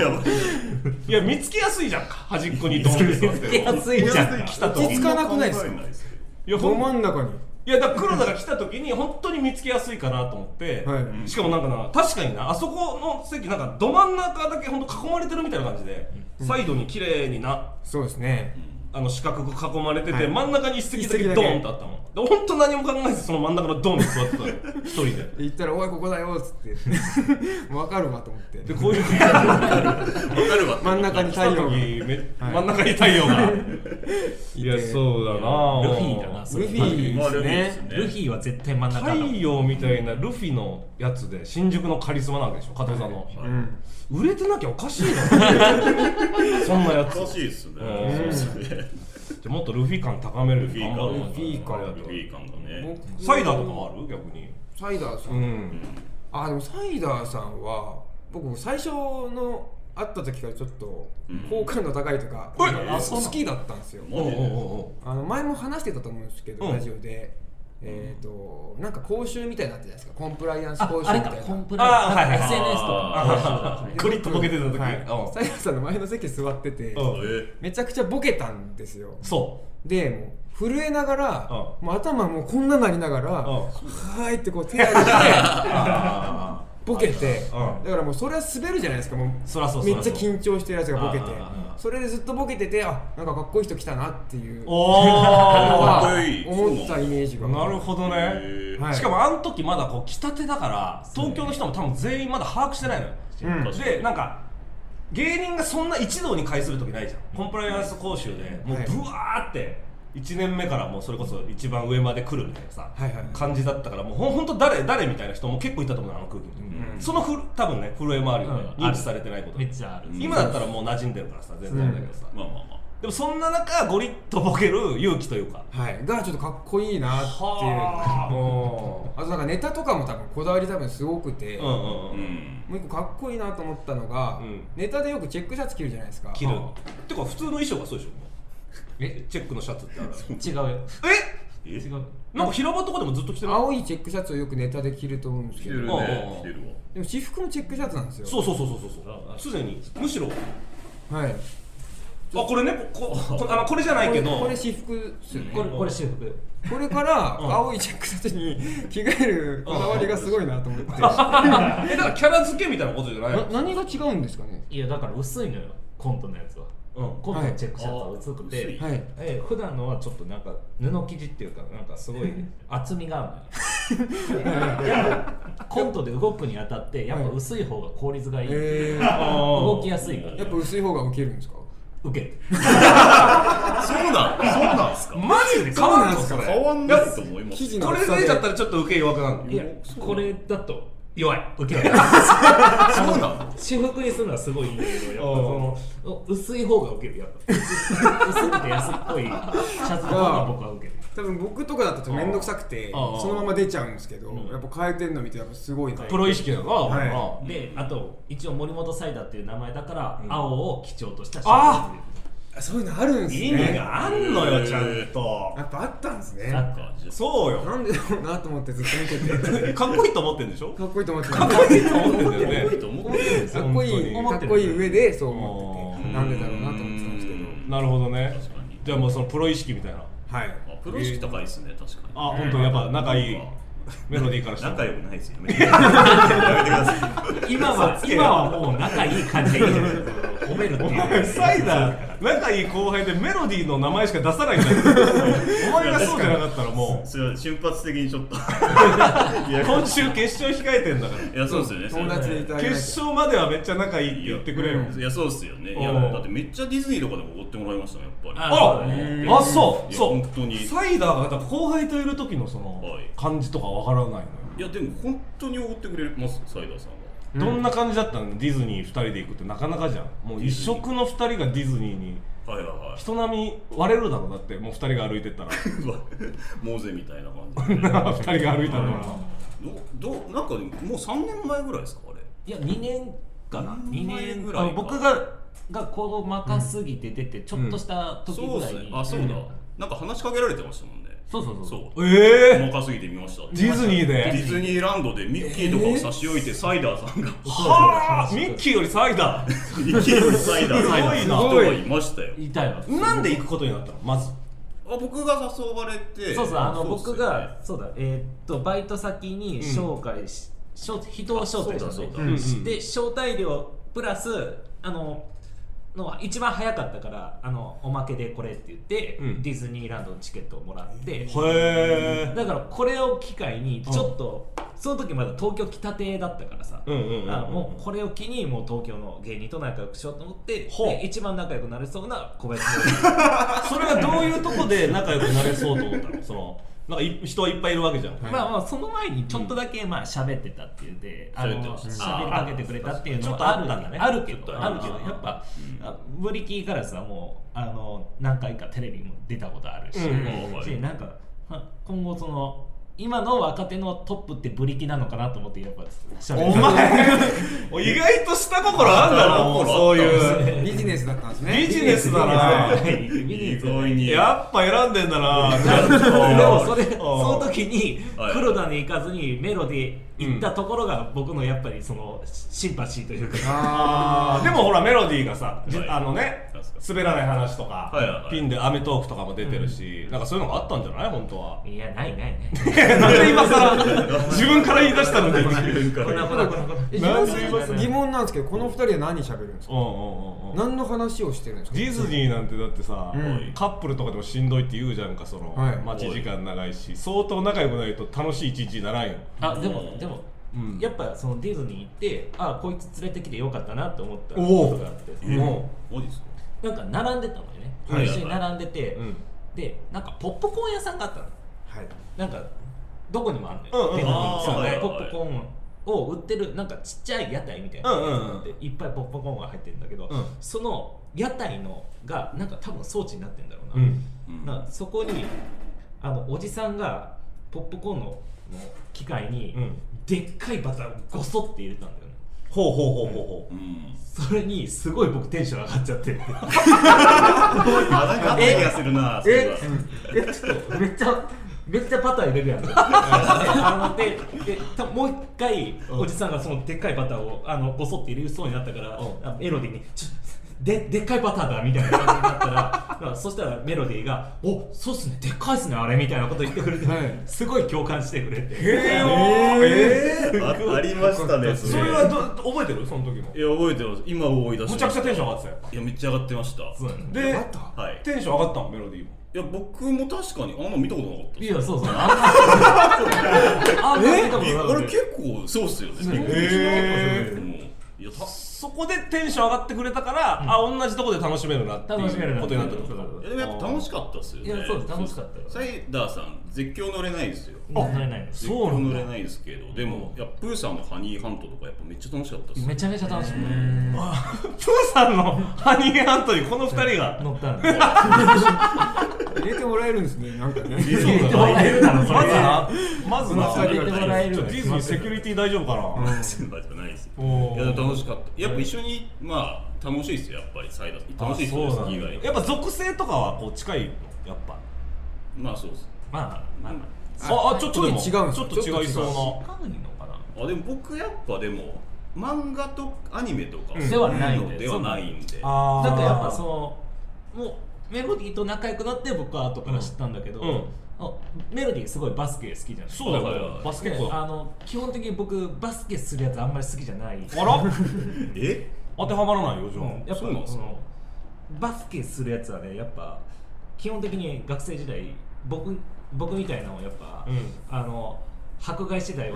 [SPEAKER 3] やばい
[SPEAKER 1] いや見つけやすいじゃんか端っこにドンって座って
[SPEAKER 2] 見つけやすいじゃん
[SPEAKER 1] 来たと
[SPEAKER 4] 落ち着かなくないですか
[SPEAKER 3] 考えですけど
[SPEAKER 1] いやほ
[SPEAKER 4] ど
[SPEAKER 1] んま
[SPEAKER 4] 真ん中に
[SPEAKER 1] いやだから黒田が来た時に本当に見つけやすいかなと思って、
[SPEAKER 4] はい
[SPEAKER 1] しかもなんかな確かになあそこの席なんかど真ん中だけ本当囲まれてるみたいな感じで、サイドに綺麗にな
[SPEAKER 4] そうですね
[SPEAKER 1] あの四角く囲まれてて、
[SPEAKER 4] はい
[SPEAKER 1] 真ん中に一席だけ
[SPEAKER 4] 一席だ
[SPEAKER 1] ド
[SPEAKER 4] け
[SPEAKER 1] ーンとあったもんで本当何も考えずその真ん中のドーンに座ってたのよ一人で。
[SPEAKER 4] で行ったら「おいここだよ」っつって 分かるわと思って
[SPEAKER 1] でこういう時来
[SPEAKER 3] わかるわ
[SPEAKER 4] 真ん中に
[SPEAKER 1] た
[SPEAKER 4] 太
[SPEAKER 1] 時
[SPEAKER 4] 陽がい
[SPEAKER 1] め真ん中に太陽 がいやそうだな
[SPEAKER 2] ルフィだなそれ
[SPEAKER 4] ルフィ
[SPEAKER 3] まあルフィですね
[SPEAKER 2] ルフィは絶対真ん中だ
[SPEAKER 1] 太陽みたいなルフィのやつで新宿のカリスマなわけでしょ加藤さんの、
[SPEAKER 4] うん
[SPEAKER 1] 売れてなきゃおかしいな そんなやつ
[SPEAKER 3] おかしいですね
[SPEAKER 1] うん
[SPEAKER 3] そうですね
[SPEAKER 1] じゃあもっとルフィ感高める
[SPEAKER 3] ルフィ感
[SPEAKER 1] 頑張ろう
[SPEAKER 3] ル
[SPEAKER 4] フィ感
[SPEAKER 1] ありがとう
[SPEAKER 3] ルフィ感がね
[SPEAKER 4] 僕
[SPEAKER 1] サイダーとかはある逆に
[SPEAKER 4] サイダーさん、
[SPEAKER 1] うん
[SPEAKER 4] あでもサイダーさんは僕最初の会った時からちょっと
[SPEAKER 3] うん
[SPEAKER 4] 好感度高いとか、
[SPEAKER 1] はい
[SPEAKER 4] あ好きだったんですよ
[SPEAKER 1] おうおうお
[SPEAKER 4] あの前も話してたと思うんですけど、
[SPEAKER 1] うん
[SPEAKER 4] ラジオで、えー、となんか講習みたいになってたじゃないですかコンプライアンス
[SPEAKER 2] あ
[SPEAKER 4] 講習み
[SPEAKER 2] あ
[SPEAKER 4] た
[SPEAKER 2] れ
[SPEAKER 4] い
[SPEAKER 2] か
[SPEAKER 4] な
[SPEAKER 2] コンプ
[SPEAKER 1] あーはいは
[SPEAKER 2] ライ
[SPEAKER 1] い
[SPEAKER 2] アンス SNS とか
[SPEAKER 1] うおうクリッとボケてた時、
[SPEAKER 4] はい
[SPEAKER 1] うん
[SPEAKER 4] サイダーさんの前の席座ってて、
[SPEAKER 1] うん
[SPEAKER 3] え
[SPEAKER 4] めちゃくちゃボケたんですよ
[SPEAKER 1] そ
[SPEAKER 4] でもう震えながら、
[SPEAKER 1] う
[SPEAKER 4] もう頭もうこんななりながら、
[SPEAKER 1] う
[SPEAKER 4] は
[SPEAKER 1] ん
[SPEAKER 4] ーいってこう手上げて
[SPEAKER 1] あ
[SPEAKER 4] ボケて
[SPEAKER 1] うん
[SPEAKER 4] だからもうそれは滑るじゃないですかもう
[SPEAKER 2] そらそうそ
[SPEAKER 4] め
[SPEAKER 2] らそう
[SPEAKER 4] っちゃ緊張してるやつがボケて
[SPEAKER 2] ああああ
[SPEAKER 4] それでずっとボケててあなんかかっこいい人来たなっていうの
[SPEAKER 2] お
[SPEAKER 3] か
[SPEAKER 2] ー
[SPEAKER 3] っこいい
[SPEAKER 4] 思ったイメージが
[SPEAKER 1] なるほどね
[SPEAKER 3] へ、
[SPEAKER 4] ー
[SPEAKER 1] しかもあの時まだこう来たてだから東京の人も多分全員まだ把握してないのよ、
[SPEAKER 4] うん
[SPEAKER 1] でなんか芸人がそんな一堂に会する時ないじゃんコンプライアンス講習でもう
[SPEAKER 4] はい
[SPEAKER 1] ブワーって1年目からもうそれこそ一番上まで来るみたいなさ、
[SPEAKER 4] はいはい
[SPEAKER 1] 感じだったからもうほんほんと誰誰みたいな人も結構いたと思うのあの空気の時、
[SPEAKER 4] うん
[SPEAKER 1] そのふる多分ね震えもあるよね、
[SPEAKER 2] うん
[SPEAKER 1] 認知されてないこと
[SPEAKER 2] めっちゃある
[SPEAKER 1] 今だったらもう馴染んでるからさ全然あれだけどさ、
[SPEAKER 3] まあまあまあ
[SPEAKER 1] でもそんな中ゴリッとボケる勇気というか
[SPEAKER 4] はいがちょっとかっこいいなっていう
[SPEAKER 1] はあ
[SPEAKER 4] うんあとなんかネタとかも多分こだわり多分すごくて
[SPEAKER 1] うん
[SPEAKER 4] も
[SPEAKER 1] うんうん、
[SPEAKER 3] うん
[SPEAKER 4] う一個かっこいいなと思ったのが
[SPEAKER 1] うん
[SPEAKER 4] ネタでよくチェックシャツ着るじゃないですか
[SPEAKER 1] 着るてか普通の衣装がそうでしょえチェックのシャツってある
[SPEAKER 2] 違うよ
[SPEAKER 1] え
[SPEAKER 3] え
[SPEAKER 2] 違う
[SPEAKER 1] なんか平場とかでもずっと着てる
[SPEAKER 4] 青いチェックシャツをよくネタで着ると思うんで
[SPEAKER 3] 来
[SPEAKER 4] す
[SPEAKER 3] て
[SPEAKER 4] け
[SPEAKER 3] る
[SPEAKER 4] ど
[SPEAKER 3] ね
[SPEAKER 1] うん
[SPEAKER 3] 来てるわ
[SPEAKER 4] でも私服のチェックシャツなんですよ
[SPEAKER 1] そうそうそうそうそうそうすでにむしろ
[SPEAKER 4] はい
[SPEAKER 1] あこれねこここあのこれじゃないけど
[SPEAKER 4] これこれ私服ですよね
[SPEAKER 2] これこれ修復
[SPEAKER 4] これから青いチェックシャツに着替えるこだわりがすごいなと思 って
[SPEAKER 1] えだからキャラ付けみたいなことじゃないの
[SPEAKER 4] な何が違うんですかね
[SPEAKER 2] いやだから薄いのよコントのやつは
[SPEAKER 1] うん
[SPEAKER 2] コントのチェックシャツは薄くて、
[SPEAKER 3] はい
[SPEAKER 4] はい
[SPEAKER 2] え普段のはちょっとなんか布生地っていうかなんかすごい厚みがあるのよやっぱコントで動くにあたってやっぱ薄い方が効率がいい、
[SPEAKER 4] え
[SPEAKER 1] あ
[SPEAKER 4] ー、
[SPEAKER 1] ー
[SPEAKER 2] 動きやすいから
[SPEAKER 4] やっぱ薄い方がウケるんですか
[SPEAKER 2] 受ける
[SPEAKER 3] そうなんそうなんすか
[SPEAKER 1] マジで変わんの
[SPEAKER 4] そう
[SPEAKER 1] そ
[SPEAKER 4] な
[SPEAKER 1] れ
[SPEAKER 3] 変わんないと思います
[SPEAKER 4] 生地の
[SPEAKER 1] これで出ちゃったらちょっと受け弱くなるの
[SPEAKER 2] いやこれだと弱い受けない
[SPEAKER 3] そうなん
[SPEAKER 2] 私服にするのはすごいいいんだけどやっぱその薄い方が受けるやっぱ薄くて安っぽいシャツの方が僕は受ける
[SPEAKER 4] 多分僕とかだとちょっと面倒くさくて
[SPEAKER 1] ああ
[SPEAKER 4] そのまま出ちゃうんですけど
[SPEAKER 1] ん
[SPEAKER 4] やっぱ変えてんの見てやっぱすごいな
[SPEAKER 1] プロ意識なのか
[SPEAKER 4] はい
[SPEAKER 1] あ
[SPEAKER 2] であと一応森本サイダーっていう名前だから、
[SPEAKER 1] うん
[SPEAKER 2] 青を基調としたシャ
[SPEAKER 1] あ
[SPEAKER 4] そういうのあるんですね
[SPEAKER 1] 意味があんのよちゃんと
[SPEAKER 4] やっぱあったんです
[SPEAKER 2] ツだ
[SPEAKER 4] ね
[SPEAKER 2] った
[SPEAKER 1] そうよ
[SPEAKER 4] なんでだ ろうなと思ってずっと見て て
[SPEAKER 1] かっこいいと思ってんでしょ
[SPEAKER 4] かっこいいと思ってた
[SPEAKER 1] かっこいいと思ってんだよね
[SPEAKER 3] と思ってるんです
[SPEAKER 4] かっこいい
[SPEAKER 2] 本当に
[SPEAKER 4] かっこいい上でそう思って
[SPEAKER 3] あ
[SPEAKER 4] て
[SPEAKER 3] あ
[SPEAKER 4] なんでだろうなと思ってたんですけど
[SPEAKER 1] なるほどね
[SPEAKER 3] 確かに
[SPEAKER 1] じゃあもうそのプロ意識みたいな
[SPEAKER 4] はい
[SPEAKER 3] あプロ意識高いですね確かに
[SPEAKER 1] あ、本当やっぱ仲いいメロディーからしたら
[SPEAKER 3] 仲良くないですよやめてください
[SPEAKER 2] 今は今はもう仲いい感じでいいじゃない褒めるって
[SPEAKER 1] お
[SPEAKER 2] い
[SPEAKER 1] 前
[SPEAKER 2] う
[SPEAKER 1] サイダー仲いい後輩でメロディーの名前しか出さないんだよお前がそうじゃなかったらも
[SPEAKER 3] すいません瞬発的にちょっというや
[SPEAKER 1] 今週決勝控えてんだか
[SPEAKER 3] いやそうですよね
[SPEAKER 4] 友達でいた
[SPEAKER 1] ら
[SPEAKER 4] だけ
[SPEAKER 1] 決
[SPEAKER 4] ない
[SPEAKER 1] 勝まではめっちゃ仲いいって言ってくれよ
[SPEAKER 3] いやそうっすよねいや
[SPEAKER 1] うん
[SPEAKER 3] だってめっちゃディズニーとかでもおごってもらいましたねやっぱ
[SPEAKER 2] あそ
[SPEAKER 3] り
[SPEAKER 2] うだ
[SPEAKER 4] う
[SPEAKER 2] ね
[SPEAKER 4] ん
[SPEAKER 1] あそう
[SPEAKER 3] いや
[SPEAKER 1] そう
[SPEAKER 3] 本当に
[SPEAKER 1] サイダーがだから後輩といる時のその
[SPEAKER 3] はい
[SPEAKER 1] 感じとかわからないのよ
[SPEAKER 3] いやでも本当におごってくれますサイダーさんは
[SPEAKER 4] うん
[SPEAKER 1] どんな感じだったのディズニー2人で行くってなかなかじゃんもう一色の2人がディズニーに
[SPEAKER 3] はいはい はい
[SPEAKER 1] 人並み割れるだろだってもう2人が歩いて ったら
[SPEAKER 3] うわモーゼみたいな感じで
[SPEAKER 1] 2人が歩いたのか
[SPEAKER 3] どどなんかでももう3年前ぐらいですかあれ
[SPEAKER 2] いや2年かな
[SPEAKER 3] 二
[SPEAKER 2] 2
[SPEAKER 3] 年
[SPEAKER 2] 年
[SPEAKER 3] ぐ
[SPEAKER 2] ぐ
[SPEAKER 3] ら
[SPEAKER 2] ら
[SPEAKER 3] い
[SPEAKER 2] い
[SPEAKER 3] か
[SPEAKER 2] 僕ががこう若すぎて出てちょっとした時
[SPEAKER 3] そう
[SPEAKER 2] ぐら
[SPEAKER 3] で
[SPEAKER 2] い
[SPEAKER 3] すね
[SPEAKER 2] に、
[SPEAKER 3] あそうだ、なんか話しかけられてましたもんね
[SPEAKER 2] そうそうそう
[SPEAKER 3] そう
[SPEAKER 1] なええ
[SPEAKER 3] 細かすぎて見ました
[SPEAKER 1] ディズニー
[SPEAKER 3] ディ
[SPEAKER 1] で
[SPEAKER 3] ズニーランドでミッキーとかを差し置いてサイダーさんが
[SPEAKER 1] はあミッキーよりサイダー
[SPEAKER 3] ミッキーとサイダーさんが
[SPEAKER 1] す
[SPEAKER 3] 人
[SPEAKER 1] ご
[SPEAKER 3] がいましたよ
[SPEAKER 2] 言いたいわ
[SPEAKER 1] なんで行くことになったのまず
[SPEAKER 3] あ僕が誘われて
[SPEAKER 2] そうそうあの
[SPEAKER 3] っすよ
[SPEAKER 2] 僕
[SPEAKER 3] ね
[SPEAKER 2] がそうだえーっとバイト先に紹介し、招人を招待した
[SPEAKER 3] あそうだそう
[SPEAKER 2] の
[SPEAKER 3] だ
[SPEAKER 2] ね
[SPEAKER 1] うんうん
[SPEAKER 2] で招待料プラスあのの一番早かったからあのおまけでこれって言って、
[SPEAKER 1] うん
[SPEAKER 2] ディズニーランドのチケットをもらって、
[SPEAKER 1] へえ
[SPEAKER 2] だからこれを機会にちょっと、その時まだ東京来たてだったからさ、
[SPEAKER 1] うんうんうん
[SPEAKER 2] あもうこれを機にもう東京の芸人と仲良くしようと思って
[SPEAKER 1] ほう
[SPEAKER 2] で一番仲良くなれそうな小林君
[SPEAKER 1] それがどういうとこで仲良くなれそうと思ったのそのなんかい人はいっぱいいるわけじゃん、
[SPEAKER 2] まあまあその前にちょっとだけまあ喋ってたっていうで、あの
[SPEAKER 3] 喋ってました
[SPEAKER 2] 喋りかけてくれたっていうの
[SPEAKER 1] あ
[SPEAKER 2] は
[SPEAKER 1] あ
[SPEAKER 2] あ
[SPEAKER 1] ちょっ
[SPEAKER 2] る
[SPEAKER 1] とあったんだね
[SPEAKER 2] あるけ
[SPEAKER 1] ちょっと
[SPEAKER 2] ど
[SPEAKER 1] あ
[SPEAKER 2] あ
[SPEAKER 1] る
[SPEAKER 2] るけどやっぱあブリキーからさもうあの何回かテレビも出たことあるし、
[SPEAKER 1] うん
[SPEAKER 2] しなんかは今後その今の若手のトップってブリキなのかなと思ってやっぱ喋って
[SPEAKER 1] お前意外と下心あんだなもうそういう
[SPEAKER 4] ビジネスだったんですね
[SPEAKER 1] ビジネスだな
[SPEAKER 3] 意外に
[SPEAKER 1] やっぱ選んでんだな ちゃん
[SPEAKER 2] でも
[SPEAKER 1] と
[SPEAKER 2] それその時に
[SPEAKER 3] はい
[SPEAKER 2] 黒田に行かずにメロディー行ったところが僕のやっぱりそのシンパシーというか
[SPEAKER 4] あ
[SPEAKER 1] でもほらメロディーがさ、じ
[SPEAKER 3] はい
[SPEAKER 1] あのね
[SPEAKER 3] なんすか
[SPEAKER 1] 滑らない話とか、
[SPEAKER 3] はいはいはい
[SPEAKER 1] ピンで『アメトーーク』とかも出てるし、なんかそういうのがあったんじゃない本当は
[SPEAKER 2] いやないないない
[SPEAKER 1] なんで今更自分から言い出したので
[SPEAKER 2] こんなこんなこんなこんな
[SPEAKER 4] え疑
[SPEAKER 1] なん
[SPEAKER 4] 問
[SPEAKER 1] で
[SPEAKER 4] す疑問なんですけどこの二人は何喋るんですか
[SPEAKER 1] うんうんうんうん
[SPEAKER 4] 何の話をしてるんですか
[SPEAKER 1] ディズニーなんてだってさ、
[SPEAKER 4] うん
[SPEAKER 1] カップルとかでもしんどいって言うじゃんかその、
[SPEAKER 4] はい
[SPEAKER 1] 待ち時間長いし相当仲良くないと楽しい一日にならんよ
[SPEAKER 2] あでもでも、
[SPEAKER 1] うん
[SPEAKER 2] やっぱそのディズニー行ってあこいつ連れてきてよかったなって思ったこ
[SPEAKER 4] おお
[SPEAKER 2] とがあって
[SPEAKER 3] え
[SPEAKER 4] も
[SPEAKER 3] マジですか
[SPEAKER 2] なんか並んでたのよね、
[SPEAKER 3] はい
[SPEAKER 2] 一緒に並んでて、
[SPEAKER 1] うん
[SPEAKER 2] でなんかポップコーン屋さんがあったの
[SPEAKER 4] はい
[SPEAKER 2] なんかどこにもある
[SPEAKER 1] うんうん
[SPEAKER 2] のよ、ディズニーにそ
[SPEAKER 3] あー
[SPEAKER 2] う
[SPEAKER 3] はいはい
[SPEAKER 2] ポップコーンを売ってるなんかちっちゃい屋台みたいなのがあって、
[SPEAKER 1] うん
[SPEAKER 2] いっぱいポップコーンが入ってるんだけど、
[SPEAKER 1] うん
[SPEAKER 2] その屋台のがなんか多分装置になってんだろう
[SPEAKER 1] う
[SPEAKER 2] な、
[SPEAKER 1] ん
[SPEAKER 3] うん
[SPEAKER 2] なそこにあのおじさんがポップコーンのの機械に、
[SPEAKER 1] うん
[SPEAKER 2] でっかいバターをごそって入れたんだよね
[SPEAKER 1] ほうほうほうほうほ
[SPEAKER 3] うん
[SPEAKER 2] それにすごい僕テンション上がっちゃって
[SPEAKER 3] あなんかあった気がするなそれは
[SPEAKER 2] えちょっとめっちゃめっちゃバター入れるやん あのでで多分もう一回おじさんがそのでっかいバターをあのごそって入れそうになったから、
[SPEAKER 1] う
[SPEAKER 2] あメロディーに「ちょででっかいバターだ」みたいな感じになったら まあそしたらメロディーが「おそうっすねでっかいっすねあれ」みたいなこと言ってくれて、
[SPEAKER 4] はい
[SPEAKER 2] すごい共感してくれて
[SPEAKER 1] え
[SPEAKER 3] あありましたね
[SPEAKER 1] それはど覚えてるその時も
[SPEAKER 3] いや覚えてます今思い出し
[SPEAKER 1] む
[SPEAKER 3] まし
[SPEAKER 1] ちゃ
[SPEAKER 3] た
[SPEAKER 1] くちゃテンション上がってたよ
[SPEAKER 3] いやめっちゃ上がってました
[SPEAKER 2] そうなの
[SPEAKER 1] で
[SPEAKER 4] バター
[SPEAKER 3] はい
[SPEAKER 1] テンション上がったもんメロディーも
[SPEAKER 3] いや僕も確かにあんな見たことなかった
[SPEAKER 2] いや、そうそう。あんなあんな見たことなか
[SPEAKER 3] え
[SPEAKER 2] った
[SPEAKER 3] あれ結構そうっすよね
[SPEAKER 2] うん
[SPEAKER 1] へー
[SPEAKER 3] うんいやた
[SPEAKER 1] そこでテンション上がってくれたから、あ同じとこで楽しめるなって
[SPEAKER 2] 楽し
[SPEAKER 1] い
[SPEAKER 2] める
[SPEAKER 1] うことになったと
[SPEAKER 3] えでもやっぱ楽しかったっすよね
[SPEAKER 2] いやそうです楽しかったよ
[SPEAKER 3] サイダーさん絶叫乗れないですよ
[SPEAKER 2] あ、ないない。
[SPEAKER 1] そうなんだ
[SPEAKER 3] 絶叫乗れないですけどでもいやプーさんのハニーハントとかやっぱめっちゃ楽しかったっすよ
[SPEAKER 2] めちゃめちゃ楽しく
[SPEAKER 1] プーさんのハニーハントにこの二人が
[SPEAKER 2] 乗ったんで。
[SPEAKER 4] 入れてもらえるんですねなんかね
[SPEAKER 3] えそう
[SPEAKER 2] てもらえるだろ、それは。
[SPEAKER 1] まずな
[SPEAKER 2] まず入れ
[SPEAKER 1] ち
[SPEAKER 2] てもらえる
[SPEAKER 1] ょっとディズニーセキュリティ大丈夫かな、
[SPEAKER 3] センバーじゃないですよ
[SPEAKER 1] お
[SPEAKER 3] い
[SPEAKER 1] ー
[SPEAKER 3] や楽しかったやっぱ一緒にまあ楽しいっすよやっぱりサイダーさん楽しいっすよ
[SPEAKER 1] あそうなん
[SPEAKER 3] 以
[SPEAKER 1] だ
[SPEAKER 3] 外
[SPEAKER 1] やっぱ属性とかはこう近いのやっぱ
[SPEAKER 3] まあそうっす
[SPEAKER 2] まあ、まあま
[SPEAKER 1] ああちょっとでも
[SPEAKER 4] ちょっと違うんです
[SPEAKER 1] ちょ
[SPEAKER 4] よ
[SPEAKER 1] っと違いそうな
[SPEAKER 2] あ。かんのかな。
[SPEAKER 3] あでも僕やっぱでも漫画とアニメとか
[SPEAKER 1] うん
[SPEAKER 2] ではないん
[SPEAKER 3] の
[SPEAKER 2] で
[SPEAKER 3] ではないんで
[SPEAKER 1] あー
[SPEAKER 2] なんかやっぱその、もう、メロディーと仲良くなって僕は後から知ったんだけど、
[SPEAKER 1] うんうん
[SPEAKER 2] あメロディーすごいバスケ好きじゃないですか
[SPEAKER 1] そうだ
[SPEAKER 3] はいはい
[SPEAKER 1] よ
[SPEAKER 3] はい
[SPEAKER 1] バスケっ
[SPEAKER 2] で
[SPEAKER 1] 子だ
[SPEAKER 2] あの基本的に僕バスケするやつあんまり好きじゃない
[SPEAKER 1] あら
[SPEAKER 3] え
[SPEAKER 1] 当てはまらないよじゃあ、
[SPEAKER 2] うんやっぱ
[SPEAKER 3] そうなんです
[SPEAKER 2] そ
[SPEAKER 3] か
[SPEAKER 2] のバスケするやつはねやっぱ基本的に学生時代僕僕みたいなのをやっぱ、
[SPEAKER 1] うん
[SPEAKER 2] あの迫害してたよ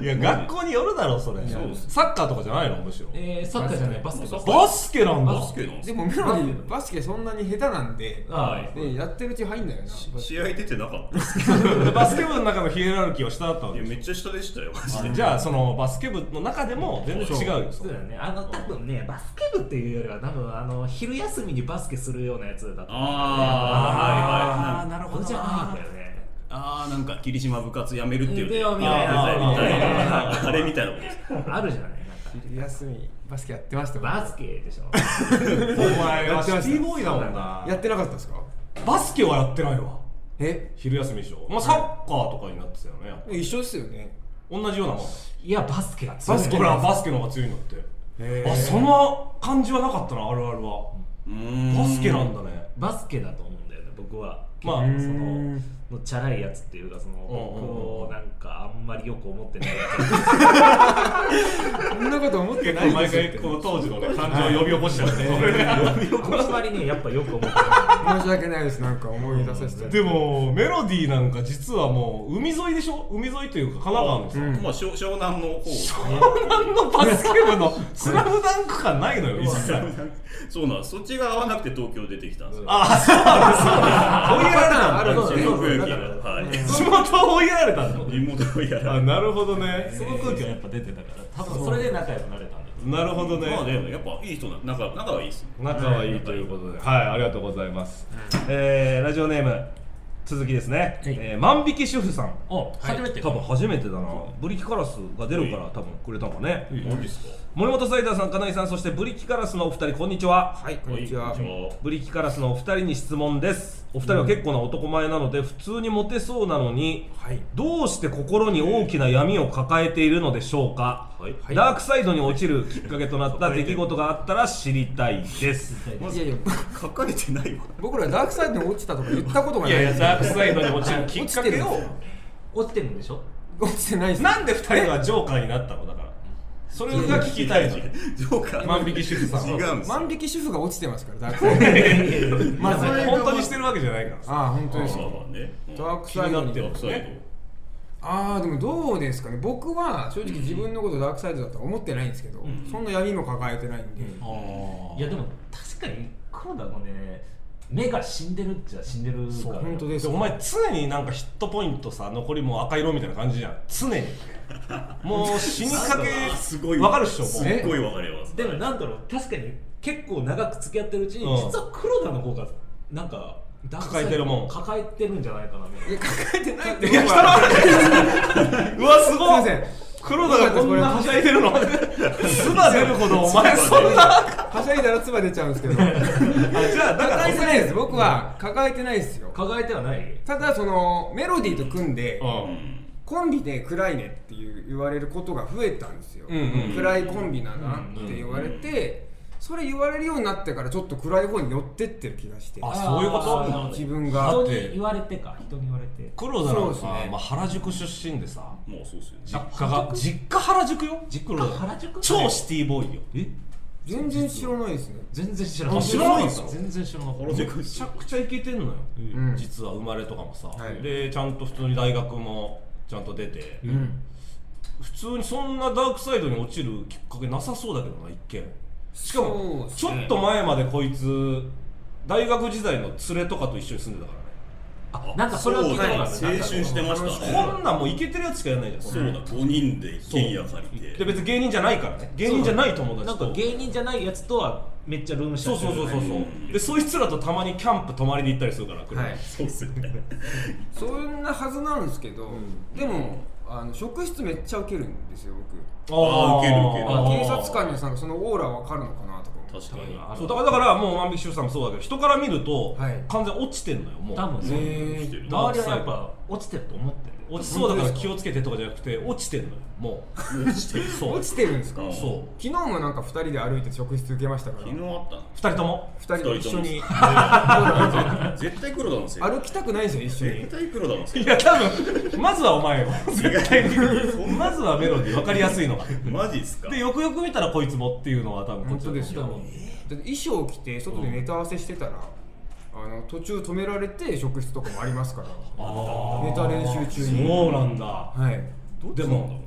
[SPEAKER 1] いや学校によるだろそれ
[SPEAKER 3] そうっす
[SPEAKER 1] サッカーとかじゃないのむしろ、
[SPEAKER 2] えー、サッカーじゃないバスケ
[SPEAKER 3] バスケ
[SPEAKER 1] バスケなんだ
[SPEAKER 3] バスケなんす
[SPEAKER 4] で
[SPEAKER 3] か
[SPEAKER 4] もメロディーバスケそんなに下手なんで、
[SPEAKER 2] あ
[SPEAKER 4] ね、やってるうち入んだよな
[SPEAKER 3] 試合出てなかったっす
[SPEAKER 1] バスケ部の中のヒエラルキーは下だったわ
[SPEAKER 3] い
[SPEAKER 1] け
[SPEAKER 3] や
[SPEAKER 1] で
[SPEAKER 3] めっちゃ下でしたよマジ
[SPEAKER 1] す
[SPEAKER 3] で
[SPEAKER 1] ねじゃあそのバスケ部の中でも全然違うよ
[SPEAKER 2] そうだよねあの多分ねバスケ部っていうよりは多分あの昼休みにバスケするようなやつだった
[SPEAKER 3] あーはいはい
[SPEAKER 2] あーなるほどじゃないんだよね
[SPEAKER 3] あーなんか霧島部活やめるっていう
[SPEAKER 2] でよみたいな
[SPEAKER 3] やめてみたい
[SPEAKER 2] あ
[SPEAKER 3] な
[SPEAKER 2] ー
[SPEAKER 3] あれみたいなことです
[SPEAKER 2] あるじゃないなんか
[SPEAKER 4] 昼休みバスケやってました
[SPEAKER 2] バスケでしょ
[SPEAKER 1] お前はシティボーイだもんな
[SPEAKER 4] やってなかったですか
[SPEAKER 1] バスケはやってないわ
[SPEAKER 4] え
[SPEAKER 1] 昼休みでしょまあサッカーとかになってたよね
[SPEAKER 4] 一緒ですよね
[SPEAKER 1] 同じようなもん
[SPEAKER 2] いやバスケが強
[SPEAKER 1] バ
[SPEAKER 2] い
[SPEAKER 1] スケ俺はバスケの方が強いんだってあその感じはなかったなあるあるは
[SPEAKER 3] うーん
[SPEAKER 1] バスケなんだね
[SPEAKER 2] バスケだと思うんだよね僕は
[SPEAKER 1] まあ
[SPEAKER 2] 結構そ
[SPEAKER 4] うん
[SPEAKER 2] ののチャラいやつっていうかその
[SPEAKER 1] うん
[SPEAKER 2] こうなんかあんまりよく思ってないや
[SPEAKER 4] そんなこと思ってない
[SPEAKER 1] 毎
[SPEAKER 4] です
[SPEAKER 1] 回
[SPEAKER 4] よ
[SPEAKER 1] この当時のね感情を呼び起こしちゃう
[SPEAKER 2] つ あんまりねやっぱよく思ってない
[SPEAKER 4] 申し訳ないですなんか思い出させちゃって
[SPEAKER 1] で もメロディーなんか実はもう海沿いでしょ海沿いというか神奈川のさ
[SPEAKER 3] まあ湘湘南の方
[SPEAKER 1] 湘南のバスケ部のスラムダンク感ないのよ一切
[SPEAKER 3] そうなんですそっちが合わなくて東京出てきたんですよ
[SPEAKER 1] あそうなんですそうなんだ追いやられたんだ
[SPEAKER 4] そう
[SPEAKER 3] その雰囲気がはい
[SPEAKER 1] 地元を追いやられたんだ
[SPEAKER 3] リモートをやら
[SPEAKER 1] あなるほどね
[SPEAKER 2] その空気はやっぱ出てたから 多分それで仲良くなれたんだよ
[SPEAKER 1] なるほどね、
[SPEAKER 3] まあでもやっぱいい人な仲仲はいいですね
[SPEAKER 1] 仲はいいということではいありがとうございます、えーラジオネーム続きですね、えー万引き主婦さん
[SPEAKER 2] お初めて
[SPEAKER 1] 多分初めてだなブリキカラスが出るから多分くれたのかね、
[SPEAKER 3] 何ですか
[SPEAKER 1] 森本サイダーさん金井さんそしてブリキカラスのお二人こんにちは
[SPEAKER 4] はいこんにちは
[SPEAKER 3] こんにちは
[SPEAKER 1] ブリキカラスのお二人に質問ですお二人は結構な男前なので普通にモテそうなのに、
[SPEAKER 4] はい
[SPEAKER 1] どうして心に大きな闇を抱えているのでしょうか
[SPEAKER 3] はい
[SPEAKER 1] ダークサイドに落ちるきっかけとなった出来事があったら知りたいです。
[SPEAKER 3] ま
[SPEAKER 4] いやい
[SPEAKER 3] ず
[SPEAKER 4] や
[SPEAKER 3] 書かれてないわ
[SPEAKER 4] 僕らダークサイドに落ちたとか言ったことが
[SPEAKER 1] い
[SPEAKER 4] ない
[SPEAKER 1] やいや、ダーク
[SPEAKER 4] イ
[SPEAKER 1] サイドに落ちるきっ
[SPEAKER 4] 落ち
[SPEAKER 1] か
[SPEAKER 4] てる
[SPEAKER 1] け
[SPEAKER 4] ん
[SPEAKER 1] を
[SPEAKER 4] で。
[SPEAKER 2] 落ちてるんでしょ
[SPEAKER 4] すよ落ちてないです
[SPEAKER 1] なんで二人はジョーカーになったのだから。それが聞きたいのよ。
[SPEAKER 3] ジョーカー
[SPEAKER 1] 万引き主婦さん
[SPEAKER 3] 違
[SPEAKER 1] は。
[SPEAKER 3] うんですよ
[SPEAKER 4] 万引き主婦が落ちてますからダーク サイド
[SPEAKER 1] まず、本当にしてるわけじゃないからさ。
[SPEAKER 4] ああ本当です
[SPEAKER 3] まあ
[SPEAKER 4] よ
[SPEAKER 3] まあねうん
[SPEAKER 4] ダーク
[SPEAKER 1] 気
[SPEAKER 4] サイ
[SPEAKER 1] にな
[SPEAKER 4] ド
[SPEAKER 1] っては
[SPEAKER 3] ダ
[SPEAKER 4] に
[SPEAKER 3] ークサイド
[SPEAKER 4] ああでもどうですかね僕は正直自分のことダークサイドだとは思ってないんですけど、そんな闇も抱えてないんで、
[SPEAKER 2] いやでも確かに黒田もね目が死んでるっちゃ死んでる
[SPEAKER 4] そう
[SPEAKER 2] から
[SPEAKER 4] 本当です
[SPEAKER 1] で
[SPEAKER 4] よ
[SPEAKER 1] お前常になんかヒットポイントさ残りもう赤色みたいな感じじゃん常にもう死にか
[SPEAKER 3] あー すご
[SPEAKER 1] け
[SPEAKER 3] い
[SPEAKER 1] わかるっしょも
[SPEAKER 3] す
[SPEAKER 1] う
[SPEAKER 3] っごいわかります
[SPEAKER 2] でもなんだろう確かに結構長く付き合ってるうちに、
[SPEAKER 1] うん
[SPEAKER 2] 実は黒田の方がなんかダークサ
[SPEAKER 1] 抱
[SPEAKER 2] イド
[SPEAKER 1] えてるもん
[SPEAKER 2] 抱えてるんじゃないかなみたい
[SPEAKER 4] いや抱えてないって
[SPEAKER 1] いや
[SPEAKER 4] 僕は
[SPEAKER 1] うわす
[SPEAKER 4] すい
[SPEAKER 1] ご
[SPEAKER 4] ま
[SPEAKER 1] い
[SPEAKER 4] せん
[SPEAKER 1] 黒田がこんなはしゃいでるの唾出るほどお前そんな
[SPEAKER 4] はしゃいだら唾出ちゃうんですけど抱
[SPEAKER 1] あじゃあだから
[SPEAKER 4] えてないです僕は抱えてないですよ
[SPEAKER 2] な抱えてはない
[SPEAKER 4] ただそのメロディーと組んで、
[SPEAKER 3] うん
[SPEAKER 4] コンビで暗いねっていう言われることが増えたんですよ、
[SPEAKER 1] うんうん
[SPEAKER 4] 暗いコンビだなって言われて、それ言われるようになってからちょっと暗い方に寄ってってる気がして
[SPEAKER 1] あそういうこと
[SPEAKER 2] あーなるほど
[SPEAKER 4] 自分が
[SPEAKER 2] 人に言われてか人に言われて
[SPEAKER 1] 黒田なん
[SPEAKER 4] そうです
[SPEAKER 1] か、
[SPEAKER 4] ね
[SPEAKER 1] まあ、原宿出身でさ
[SPEAKER 3] もうそうっすよね
[SPEAKER 1] 実家が実家原宿よ実家
[SPEAKER 2] 原宿
[SPEAKER 1] 超シティボーイよえ
[SPEAKER 4] 全然知らないですね
[SPEAKER 2] 全然知らな
[SPEAKER 1] あ
[SPEAKER 2] い
[SPEAKER 1] 知らないんすか
[SPEAKER 2] 全然知らなかっ
[SPEAKER 1] め
[SPEAKER 2] た
[SPEAKER 1] ちゃくちゃイケてんのよ、
[SPEAKER 4] ん
[SPEAKER 1] 実は生まれとかもさ、
[SPEAKER 4] はい
[SPEAKER 1] でちゃんと普通に大学もちゃんと出て、
[SPEAKER 4] うん
[SPEAKER 1] 普通にそんなダークサイドに落ちるきっかけなさそうだけどな一見しか
[SPEAKER 4] そう
[SPEAKER 1] も
[SPEAKER 4] っす
[SPEAKER 1] ちょっと前までこいつ大学時代の連れとかと一緒に住んでたから
[SPEAKER 2] あなんかそれは聞いたことある
[SPEAKER 3] そうね青春してました
[SPEAKER 1] ね
[SPEAKER 3] ね
[SPEAKER 1] こんなんもうイケてるやつしかやらないじゃん
[SPEAKER 3] そうだ5人で一軒家借り
[SPEAKER 1] で
[SPEAKER 3] て
[SPEAKER 1] 別に芸人じゃないからね芸人じゃない友達と
[SPEAKER 2] なんか芸人じゃないやつとはめっちゃルームシェ
[SPEAKER 1] そ
[SPEAKER 2] ア
[SPEAKER 1] う
[SPEAKER 2] して
[SPEAKER 1] そう
[SPEAKER 2] る
[SPEAKER 1] そうそうそううんでそいつらとたまにキャンプ泊まりに行ったりするから車、
[SPEAKER 4] はい
[SPEAKER 3] そうっすよね
[SPEAKER 4] そんなはずなんですけど、でもあの職質めっちゃ受けるんですよ僕
[SPEAKER 1] あー
[SPEAKER 3] あーウケるウケる
[SPEAKER 1] あー
[SPEAKER 4] 警察官にさそのオーラわかるのかなとか思って
[SPEAKER 3] 確かに
[SPEAKER 1] そうだからだからもう万引き主婦さんもそうだけど人から見ると、
[SPEAKER 4] はい
[SPEAKER 1] 完全に落ちてんのよもう
[SPEAKER 2] 多分そう
[SPEAKER 4] へ
[SPEAKER 3] 来てる
[SPEAKER 2] 周りはやっぱ落ちてると思ってる
[SPEAKER 1] 落ちそうだから気をつけてとかじゃなくて落ちてんのよも
[SPEAKER 3] 落ちてる
[SPEAKER 1] う
[SPEAKER 3] 昨
[SPEAKER 1] そう
[SPEAKER 4] 落ちてるんですか
[SPEAKER 3] うん
[SPEAKER 4] 昨
[SPEAKER 1] そう
[SPEAKER 4] 日もなんか2人で歩いて職質受けましたか
[SPEAKER 3] 日
[SPEAKER 4] ら
[SPEAKER 3] あったな
[SPEAKER 1] 2人とも
[SPEAKER 4] 2人で一緒に
[SPEAKER 3] 二人と絶対黒田のせい
[SPEAKER 4] 歩きたくないんですよ一緒に
[SPEAKER 3] 絶対黒田のせい
[SPEAKER 1] いや多分まずはお前よ絶対に まずはメロディー分かりやすいのが
[SPEAKER 3] マジっすか
[SPEAKER 1] でよくよく見たらこいつもっていうのは多分こっ
[SPEAKER 4] 本
[SPEAKER 1] ち
[SPEAKER 4] 当ですよだって衣装着て外でネタ合わせしてたら、あの途中止められて職質とかもありますから
[SPEAKER 1] あー
[SPEAKER 4] ネタ練習中に
[SPEAKER 1] そうなんだ
[SPEAKER 4] はい
[SPEAKER 1] でも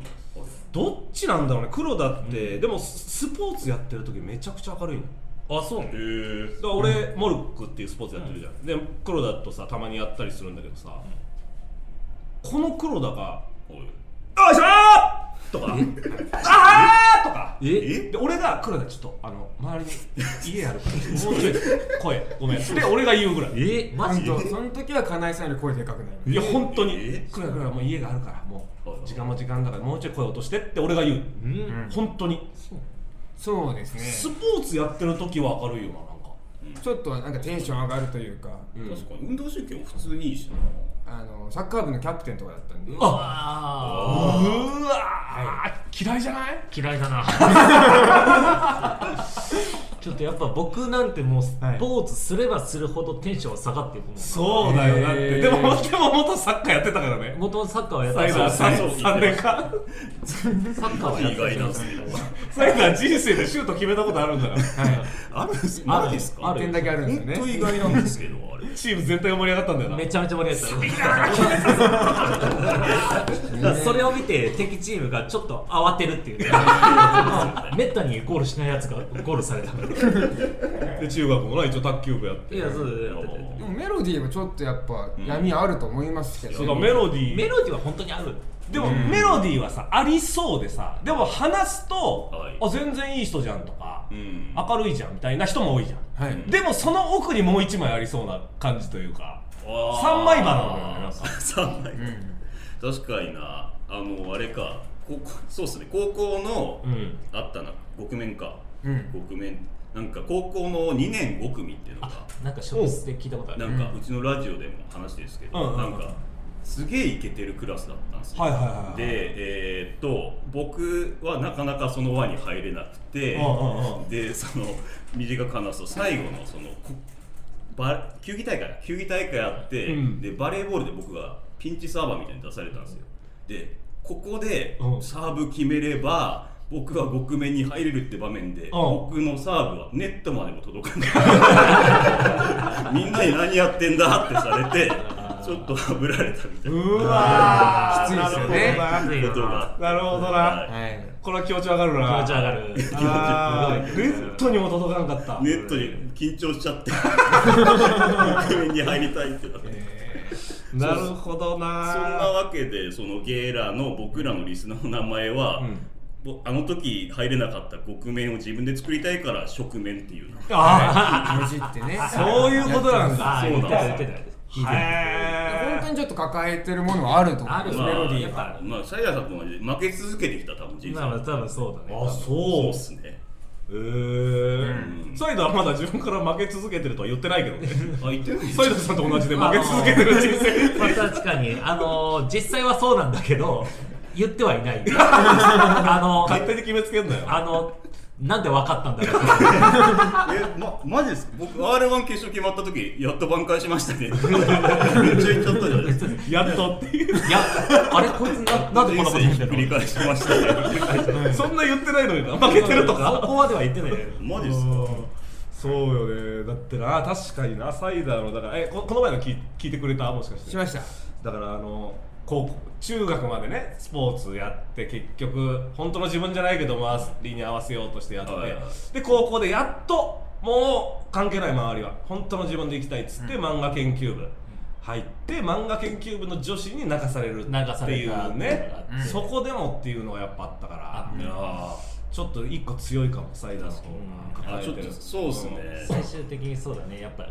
[SPEAKER 1] どっちなんだろうね黒田って、でもススポーツやってる時めちゃくちゃ明るいの
[SPEAKER 2] あそう
[SPEAKER 3] へえ
[SPEAKER 1] だから俺、モルックっていうスポーツやってるじゃん、で黒田とさたまにやったりするんだけどさ、この黒田が「よいしょー!」とか「あー!」とか
[SPEAKER 3] え
[SPEAKER 1] で俺が黒田ちょっとあの周りに家あるからもうちょい声ごめんで俺が言うぐらい
[SPEAKER 2] えマジで
[SPEAKER 4] 本当その時は金井さんより声でかくなります
[SPEAKER 1] いや本当に
[SPEAKER 3] え
[SPEAKER 1] 黒田黒田もう家があるからも
[SPEAKER 3] はいう
[SPEAKER 1] 時間も時間だからもうちょい声落としてって俺が言う、
[SPEAKER 4] ん
[SPEAKER 1] 本当に
[SPEAKER 4] そうですね
[SPEAKER 1] スポーツやってる時は明るいよななんか
[SPEAKER 4] ちょっとなんかテンション上がるというか、
[SPEAKER 3] 確かに運動神経も普通にいいしな
[SPEAKER 4] あのサッカー部のキャプテンとかだったんで
[SPEAKER 2] あ
[SPEAKER 1] うーわー嫌いじゃない
[SPEAKER 2] ー嫌いだ なちょっとやっぱ僕なんてもうスポーツすればするほどテンション下がっていくもんな
[SPEAKER 1] そうだよだって、
[SPEAKER 4] へー
[SPEAKER 1] でもでも元サッカーやってたからね
[SPEAKER 2] 元々サッカーはやった
[SPEAKER 1] サイダー
[SPEAKER 3] そうそう
[SPEAKER 1] 3年間
[SPEAKER 2] サッカーはや
[SPEAKER 3] 意
[SPEAKER 2] った
[SPEAKER 3] 外なんすね
[SPEAKER 1] サイダー人生でシュート決めたことあるんだから
[SPEAKER 3] あるんす
[SPEAKER 2] ある
[SPEAKER 3] マジっすか
[SPEAKER 2] あ
[SPEAKER 4] 1
[SPEAKER 2] る
[SPEAKER 4] 点だけあるんですよ
[SPEAKER 3] 本
[SPEAKER 4] ね
[SPEAKER 3] 当意外なんですけどあれ
[SPEAKER 1] チーム全体が盛り上がったんだよな
[SPEAKER 2] めちゃめちゃ盛り上がっただからそれを見て敵チームがちょっと慌てるっていうねめったにゴールしないやつがゴールされたからい
[SPEAKER 1] で中学もな一応卓球部やって
[SPEAKER 2] やそうだよだって
[SPEAKER 4] でもメロディーもちょっとやっぱ闇あると思いますけど、
[SPEAKER 1] そうだメロディ
[SPEAKER 2] メ
[SPEAKER 1] ー
[SPEAKER 2] ロディーは本当にある
[SPEAKER 1] でもメロディーはさありそうでさでも話すと、
[SPEAKER 3] はい
[SPEAKER 1] あ全然いい人じゃんとか、
[SPEAKER 3] うん
[SPEAKER 1] 明るいじゃんみたいな人も多いじゃん、
[SPEAKER 4] はい
[SPEAKER 1] でもその奥にもう一枚ありそうな感じというか
[SPEAKER 3] あー
[SPEAKER 1] 三枚刃なのよねなんか
[SPEAKER 3] 三枚確かになあのあれか高校そうっすね高校の、
[SPEAKER 1] うん
[SPEAKER 3] あったな極面か、
[SPEAKER 4] うん
[SPEAKER 3] 極面なんか高校の2年5組っていうのが
[SPEAKER 2] なんか小説で聞いたことあ
[SPEAKER 3] な
[SPEAKER 2] る
[SPEAKER 3] んかうちのラジオでも話ですけど、
[SPEAKER 1] うんうんうん
[SPEAKER 3] なんかすげえイケてるクラスだったんですよ、
[SPEAKER 1] はいはいはいはい
[SPEAKER 3] でえーっと僕はなかなかその輪に入れなくて
[SPEAKER 1] うんうんうん
[SPEAKER 3] でその短く話すと最後のそのこバ球技大会だ球技大会あって、
[SPEAKER 1] うん
[SPEAKER 3] でバレーボールで僕がピンチサーバーみたいに出されたんですよでここで
[SPEAKER 1] うん
[SPEAKER 3] サーブ決めれば僕は極面に入れるって場面で僕のサーブはネットまでも届かない みんなに何やってんだってされて、ちょっとあぶられたみたいなこ
[SPEAKER 1] うわ
[SPEAKER 4] きついですよ
[SPEAKER 1] ー
[SPEAKER 4] ね
[SPEAKER 1] なるほどな
[SPEAKER 3] とが。
[SPEAKER 1] なるほどな、
[SPEAKER 3] は
[SPEAKER 4] はい
[SPEAKER 1] これは気持ちわかるな
[SPEAKER 2] 気持ち上がる
[SPEAKER 1] あーネットにも届かなかった
[SPEAKER 3] いネットに緊張しち ゃって、局面に入りたいってなって。
[SPEAKER 1] なるほどな
[SPEAKER 3] そ
[SPEAKER 1] ん
[SPEAKER 3] なわけで、そのゲイラーの僕らのリスナーの名前は、ぼあの時入れなかった極面を自分で作りたいから、食面っていうの。
[SPEAKER 1] あ
[SPEAKER 4] ねじってね
[SPEAKER 1] あそういうことなんだ
[SPEAKER 2] ああ言ってた言ってた
[SPEAKER 4] 本
[SPEAKER 1] へ
[SPEAKER 4] 当にちょっと抱えてるものはあると思
[SPEAKER 2] ある
[SPEAKER 4] う
[SPEAKER 2] わ
[SPEAKER 4] メロディー
[SPEAKER 2] やっぱ
[SPEAKER 3] まあ、シャイラーさんと同じで負け続けてきた、多分人
[SPEAKER 2] え
[SPEAKER 3] 生。
[SPEAKER 2] まあ多分そうだね
[SPEAKER 1] あ
[SPEAKER 3] そう
[SPEAKER 1] そ
[SPEAKER 3] っ
[SPEAKER 1] う
[SPEAKER 3] すね。
[SPEAKER 1] へえサイダーはまだ自分から負け続けてるとは言ってないけどね
[SPEAKER 3] あ、言ってない
[SPEAKER 1] サイダーさんと同じで負け続けてる人生
[SPEAKER 2] まあ確かにあのー実際はそうなんだけど言ってはい ないあの
[SPEAKER 1] 勝手に決めつけん なよ
[SPEAKER 2] あのなんで分かったんだろう
[SPEAKER 3] え、ま、マジですか僕 R1 決勝決まった時やっと挽回しました ねめっちゃ言っちゃったじゃないですか
[SPEAKER 1] やっとっていう
[SPEAKER 2] いやあれこいつななんでこんなこと言って
[SPEAKER 3] 繰
[SPEAKER 2] ん
[SPEAKER 3] り
[SPEAKER 2] の
[SPEAKER 3] 返しましたね
[SPEAKER 1] そんな言ってないのにな負けてると
[SPEAKER 2] そ
[SPEAKER 1] か
[SPEAKER 2] こまでは言ってないよ
[SPEAKER 3] マジですか
[SPEAKER 1] そうよねだってな確かになサイダーのだからえここの前の聞い聞いてくれたもしかして
[SPEAKER 4] しました
[SPEAKER 1] だからあの高校中学までねスポーツやって結局本当の自分じゃないけど周りに合わせようとしてやって、
[SPEAKER 3] はいはい
[SPEAKER 1] で高校でやっともう関係ない周りは本当の自分で行きたいっつって、漫画研究部入って漫画研究部の女子に泣かされる
[SPEAKER 2] 流さ
[SPEAKER 1] っ
[SPEAKER 2] れ
[SPEAKER 1] て
[SPEAKER 2] た
[SPEAKER 1] いうね、
[SPEAKER 2] うん
[SPEAKER 1] そこでもっていうのがやっぱあったから、
[SPEAKER 2] うん
[SPEAKER 3] いやー
[SPEAKER 1] ちょっと一個強いかもサイダーの方が
[SPEAKER 3] あ
[SPEAKER 1] 抱え
[SPEAKER 3] ちょ
[SPEAKER 1] て
[SPEAKER 3] っ
[SPEAKER 1] る
[SPEAKER 3] とそうっすね
[SPEAKER 2] 最終的にそうだねやっぱ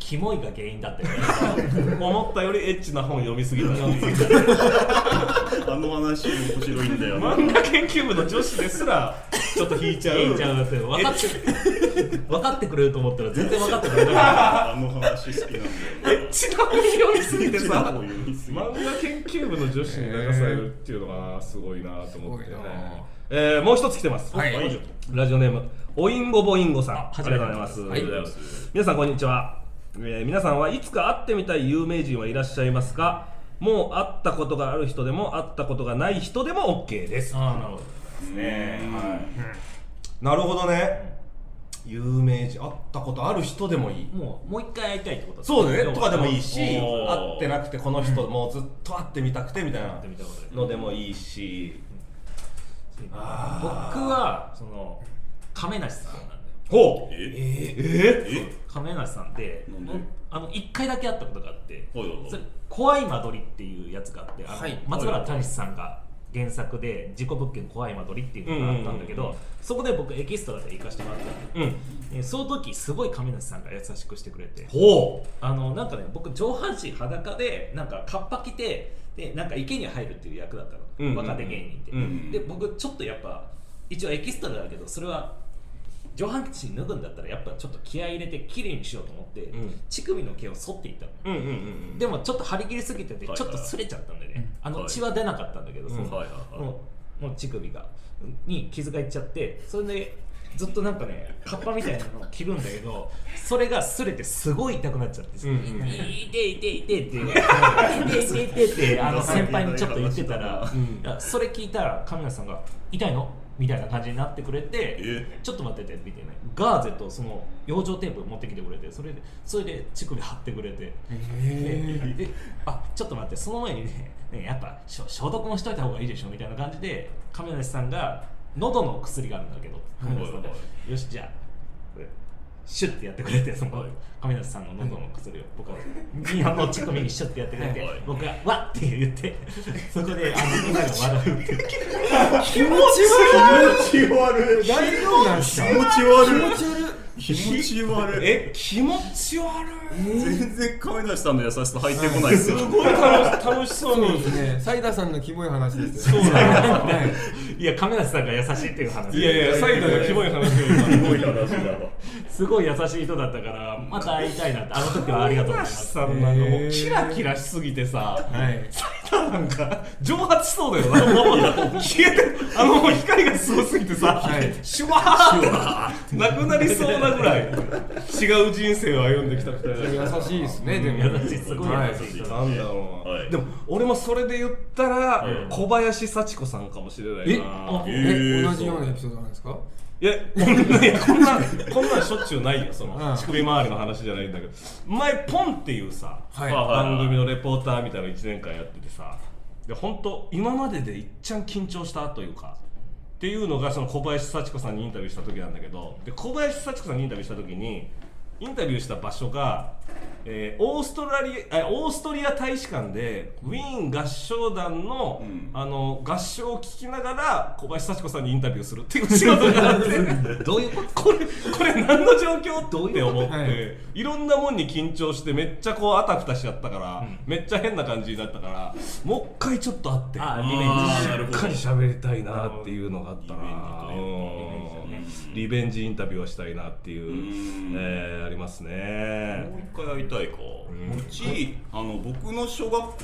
[SPEAKER 2] キモいが原因だ ってね
[SPEAKER 1] 思ったよりエッチな本読みすぎたなっていう
[SPEAKER 3] あの話面白いんだ よな
[SPEAKER 1] 漫画研究部の女子ですらちょっと引いちゃう
[SPEAKER 2] 原因ちゃうって分かって分かってくれると思ったら全然分かって くれなかっ
[SPEAKER 3] あの話好きなんだよな
[SPEAKER 1] ちな みに読みすぎて
[SPEAKER 3] 一
[SPEAKER 1] さ
[SPEAKER 3] 番読みすぎ
[SPEAKER 1] 漫画研究部の女子に流されるっていうのがすごいなと思って、
[SPEAKER 4] すごいな
[SPEAKER 1] えーもう一つ来てます、
[SPEAKER 4] はい
[SPEAKER 1] ラジオネームおいんごぼいんごさんあ
[SPEAKER 2] は
[SPEAKER 1] り
[SPEAKER 2] じ
[SPEAKER 1] が
[SPEAKER 2] め
[SPEAKER 1] とう
[SPEAKER 2] ま
[SPEAKER 1] ご
[SPEAKER 2] して
[SPEAKER 1] ざいます、
[SPEAKER 3] ありがとうございます
[SPEAKER 1] 皆さんこんにちは、えー皆さんはいつか会ってみたい有名人はいらっしゃいますかもう会ったことがある人でも会ったことがない人でも OK です
[SPEAKER 2] たああなるほ
[SPEAKER 3] ねは
[SPEAKER 1] なるほどね有名人会ったことある人でもいい
[SPEAKER 2] どもうもう一回会いたいってこと
[SPEAKER 1] そうだねとかでもいいし会
[SPEAKER 3] おー
[SPEAKER 1] ってなくてこの人もうずっと会ってみたくてみたいな
[SPEAKER 2] ってみたことで
[SPEAKER 1] のでもいいし
[SPEAKER 2] 僕はその亀梨さんなんだよ
[SPEAKER 1] ほう
[SPEAKER 3] いえ
[SPEAKER 1] え
[SPEAKER 3] え
[SPEAKER 2] 亀梨さんって
[SPEAKER 3] なんで
[SPEAKER 2] あの1回だけ会ったことがあって
[SPEAKER 3] はいはいはい
[SPEAKER 2] それ怖い間取りっていうやつがあってあの
[SPEAKER 4] はい
[SPEAKER 2] 松原谷さんが原作で「事故物件怖い間取り」っていうのがあったんだけ
[SPEAKER 1] うんうん
[SPEAKER 2] どそこで僕エキストラで行かせてもらったんだけど
[SPEAKER 1] うん
[SPEAKER 2] えーその時すごい亀梨さんが優しくしてくれて
[SPEAKER 1] ほ
[SPEAKER 2] あのなんかね僕上半身裸でなんかカッパ着てでなんか池に入るっていう役だったの、
[SPEAKER 1] うんうんうん
[SPEAKER 2] 若手芸人って、
[SPEAKER 1] うんうん
[SPEAKER 2] で僕ちょっとやっぱ一応エキストラだけどそれは上半身脱ぐんだったらやっぱちょっと気合い入れて綺麗にしようと思って、
[SPEAKER 1] ん
[SPEAKER 2] 乳首の毛を剃っていったの、
[SPEAKER 1] うんうんうんうん
[SPEAKER 2] でもちょっと張り切りすぎててちょ
[SPEAKER 3] はい
[SPEAKER 2] っと擦れちゃったんでね、あの
[SPEAKER 3] はい
[SPEAKER 2] 血は出なかったんだけど、その
[SPEAKER 3] はいはいはい
[SPEAKER 2] もうもう乳首がに傷がいっちゃってそれでずっとなんかねカッパみたいなのを着るんだけどそれが擦れてすごい痛くなっちゃって「
[SPEAKER 1] うんうん
[SPEAKER 2] いていていて」って「いていていて」ってあの先輩にちょっと言ってたら、
[SPEAKER 1] ん
[SPEAKER 2] いやそれ聞いたら神谷さんが「痛いの?」みたいな感じになってくれて
[SPEAKER 3] え
[SPEAKER 2] ちょっと待っててみたいなガーゼとその養生テープ持ってきてくれてそれでそれで乳首貼ってくれてでであちょっと待ってその前にねねやっぱしょ消毒もしといた方がいいでしょみたいな感じで亀梨さんが喉の薬があるんだけど亀梨さんが
[SPEAKER 3] はいは
[SPEAKER 2] よしじゃあこれシュッてやってくれてその亀梨さんの喉の薬を僕は日本の乳首にシュッてやってくれて
[SPEAKER 3] はい
[SPEAKER 2] 僕が「わっ!」って言ってそこであ のみんなが笑うっていう
[SPEAKER 4] 気持ち悪い
[SPEAKER 3] 気持ち悪い
[SPEAKER 4] 大丈夫なんす
[SPEAKER 3] 気
[SPEAKER 4] か
[SPEAKER 3] 持ち悪い
[SPEAKER 4] 気
[SPEAKER 3] 気持
[SPEAKER 4] 持ち悪
[SPEAKER 3] ち悪い
[SPEAKER 1] え気持ち悪
[SPEAKER 3] 全然亀梨さんの優しさ入ってこないですよ
[SPEAKER 1] いすごい楽し楽しそう
[SPEAKER 4] そう
[SPEAKER 1] に
[SPEAKER 4] ですね。サイダーさんのキモい話です
[SPEAKER 2] そ
[SPEAKER 4] よ
[SPEAKER 2] う
[SPEAKER 4] ね。
[SPEAKER 2] なんだ、いや亀梨さんが優しいっていう話
[SPEAKER 1] いやいやサイダーがキモい話を
[SPEAKER 3] す
[SPEAKER 1] 今
[SPEAKER 3] ごい話だわ
[SPEAKER 2] すごい優しい人だったからまた会いたいなってあの時はありがとうございま
[SPEAKER 1] 嵐
[SPEAKER 2] す
[SPEAKER 1] さんなんかもうキラキラしすぎてさ
[SPEAKER 4] はい。
[SPEAKER 1] なんか蒸発しそうだよなもう消えてあの光がすごすぎてさ、
[SPEAKER 4] はい
[SPEAKER 1] シュワーってなくなりそうなぐらい違う人生を歩んできた二人だから
[SPEAKER 4] 優しいですね、でも。
[SPEAKER 2] 優しいすごい優しい人
[SPEAKER 1] なんだろうな、
[SPEAKER 3] はい
[SPEAKER 1] でも俺もそれで言ったら、小林幸子さんかもしれない
[SPEAKER 2] え
[SPEAKER 1] な
[SPEAKER 2] あ
[SPEAKER 4] え、
[SPEAKER 3] ー
[SPEAKER 4] 同じようなエピソードなんですか
[SPEAKER 1] いやこんないやこんなこんなんしょっちゅうないよその、
[SPEAKER 4] うん
[SPEAKER 1] 乳首周りの話じゃないんだけど前ポンっていうさ、
[SPEAKER 4] はい
[SPEAKER 1] 番組のレポーターみたいなの1年間やっててさで本当今まででいっちゃん緊張したというかっていうのがその小林幸子さんにインタビューした時なんだけどで小林幸子さんにインタビューした時にインタビューした場所が、えーオーストラリアえオーストリア大使館でウィーン合唱団の,、
[SPEAKER 3] うん
[SPEAKER 1] あの合唱を聞きながら小林幸子さんにインタビューするっていう仕事があって どういうことこれこれ何の状況って思って、、
[SPEAKER 4] はい
[SPEAKER 1] ろんなもんに緊張してめっちゃこうあたふたしちゃったから、めっちゃ変な感じになったからもう一回ちょっと会って
[SPEAKER 2] あリベンジ
[SPEAKER 1] しっかり喋りたいなっていうのがあったなうん
[SPEAKER 2] リベンジというかリベンジ
[SPEAKER 1] リベンジインタビューはしたいなっていうう、
[SPEAKER 3] ん
[SPEAKER 1] えーありますね
[SPEAKER 3] もう一回会いたいか、うちあの僕の小学校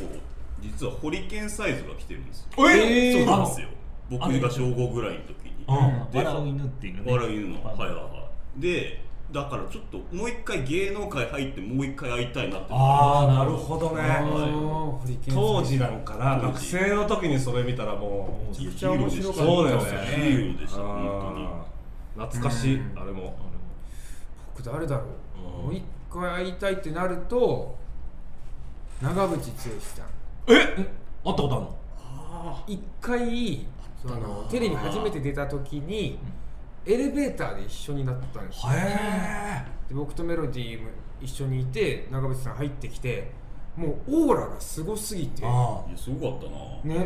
[SPEAKER 3] 実はホリケンサイズが来てるんですよ
[SPEAKER 1] え
[SPEAKER 3] そうなんですよ僕が小5ぐらいの時に
[SPEAKER 2] うん
[SPEAKER 3] で
[SPEAKER 2] 笑う犬っていうね
[SPEAKER 3] 笑い犬のはいはいはいでだからちょっともう一回芸能界入ってもう一回会いたいなって
[SPEAKER 1] ああなるほどね
[SPEAKER 4] あーホリケンさん
[SPEAKER 1] 当時なんかな
[SPEAKER 3] 当
[SPEAKER 1] 学
[SPEAKER 3] 時
[SPEAKER 1] 生の時にそれ見たらもう
[SPEAKER 3] めちゃくち
[SPEAKER 4] ゃ面白かった
[SPEAKER 1] そうだよね
[SPEAKER 3] ヒーローでした本当に
[SPEAKER 1] あー懐かしい
[SPEAKER 4] うん
[SPEAKER 1] あれも
[SPEAKER 4] 僕誰だろう。もう一回会いたいってなると、長渕剛さん。
[SPEAKER 2] 会ったことあるの
[SPEAKER 4] 一回、そのテレビ初めて出た時に、エレベーターで一緒になったんですよ
[SPEAKER 2] へ
[SPEAKER 4] で僕とメロディーも一緒にいて長渕さん入ってきてもうオーラがすごすぎて
[SPEAKER 2] え
[SPEAKER 4] ね
[SPEAKER 2] あ
[SPEAKER 3] いやすごかったな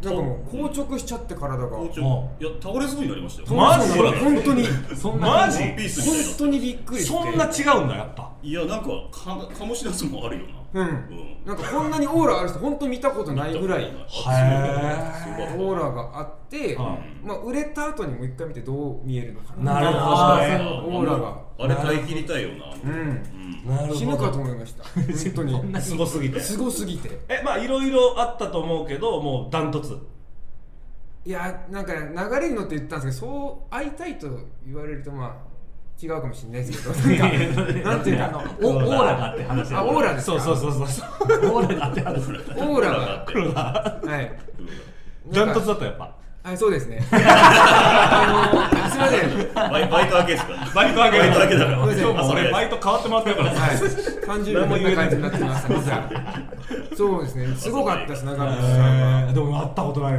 [SPEAKER 4] なんかもう硬直しちゃって体が
[SPEAKER 3] 校長
[SPEAKER 2] も
[SPEAKER 3] いや倒れそうになりましたよ
[SPEAKER 1] マジ
[SPEAKER 3] ほら
[SPEAKER 4] 本当に
[SPEAKER 2] あそん
[SPEAKER 1] マ
[SPEAKER 2] な
[SPEAKER 1] ジ
[SPEAKER 3] ワンピースみたいになっ
[SPEAKER 4] 本当にびっくりして
[SPEAKER 2] そんな違うんだやっぱ
[SPEAKER 3] たいやなんかか醸し出すもんあるよ
[SPEAKER 4] う
[SPEAKER 3] なうんん
[SPEAKER 4] なんかこんなにオーラある人本当見たことないぐらい
[SPEAKER 3] あそう
[SPEAKER 2] へー
[SPEAKER 3] す
[SPEAKER 4] オ
[SPEAKER 3] ご
[SPEAKER 4] ー
[SPEAKER 3] い
[SPEAKER 4] ラがあって、
[SPEAKER 3] うん
[SPEAKER 4] まあ、売れた後にもう一回見てどう見えるのかな
[SPEAKER 2] なるほど
[SPEAKER 4] あ
[SPEAKER 2] ね
[SPEAKER 4] ーそのオーラが
[SPEAKER 3] あれ耐え切りたいよな
[SPEAKER 4] うん
[SPEAKER 3] うん
[SPEAKER 2] な
[SPEAKER 4] 死ぬかと思いました本当に
[SPEAKER 1] すごすぎて
[SPEAKER 4] すごすぎて
[SPEAKER 1] えまあいろいろあったと思うけどもうダントツ
[SPEAKER 4] いやなんか流れに乗って言ったんですけどそう会いたいと言われるとまあ違うかもしれないですけどなんかなんていうか
[SPEAKER 2] おオーラがあって話だ
[SPEAKER 4] あオーラです
[SPEAKER 1] そう
[SPEAKER 4] か
[SPEAKER 1] そうそうそうそう
[SPEAKER 2] オーラがあって話だ
[SPEAKER 4] オーラが
[SPEAKER 3] 黒だ
[SPEAKER 4] はい
[SPEAKER 1] ダ
[SPEAKER 4] な
[SPEAKER 1] ント
[SPEAKER 4] んか
[SPEAKER 1] ツだったやっぱ
[SPEAKER 4] はいそうですねあのすいません
[SPEAKER 3] バイバイト明けですから
[SPEAKER 1] バイトあげ
[SPEAKER 3] バイト明けだから
[SPEAKER 1] 今日も
[SPEAKER 3] あそ
[SPEAKER 1] 俺
[SPEAKER 3] れ
[SPEAKER 1] バイト変わってもらったから
[SPEAKER 4] はい、30秒こんな感じになってました実はそうですねすごかったです長渕さんは
[SPEAKER 1] えーでも会ったことないな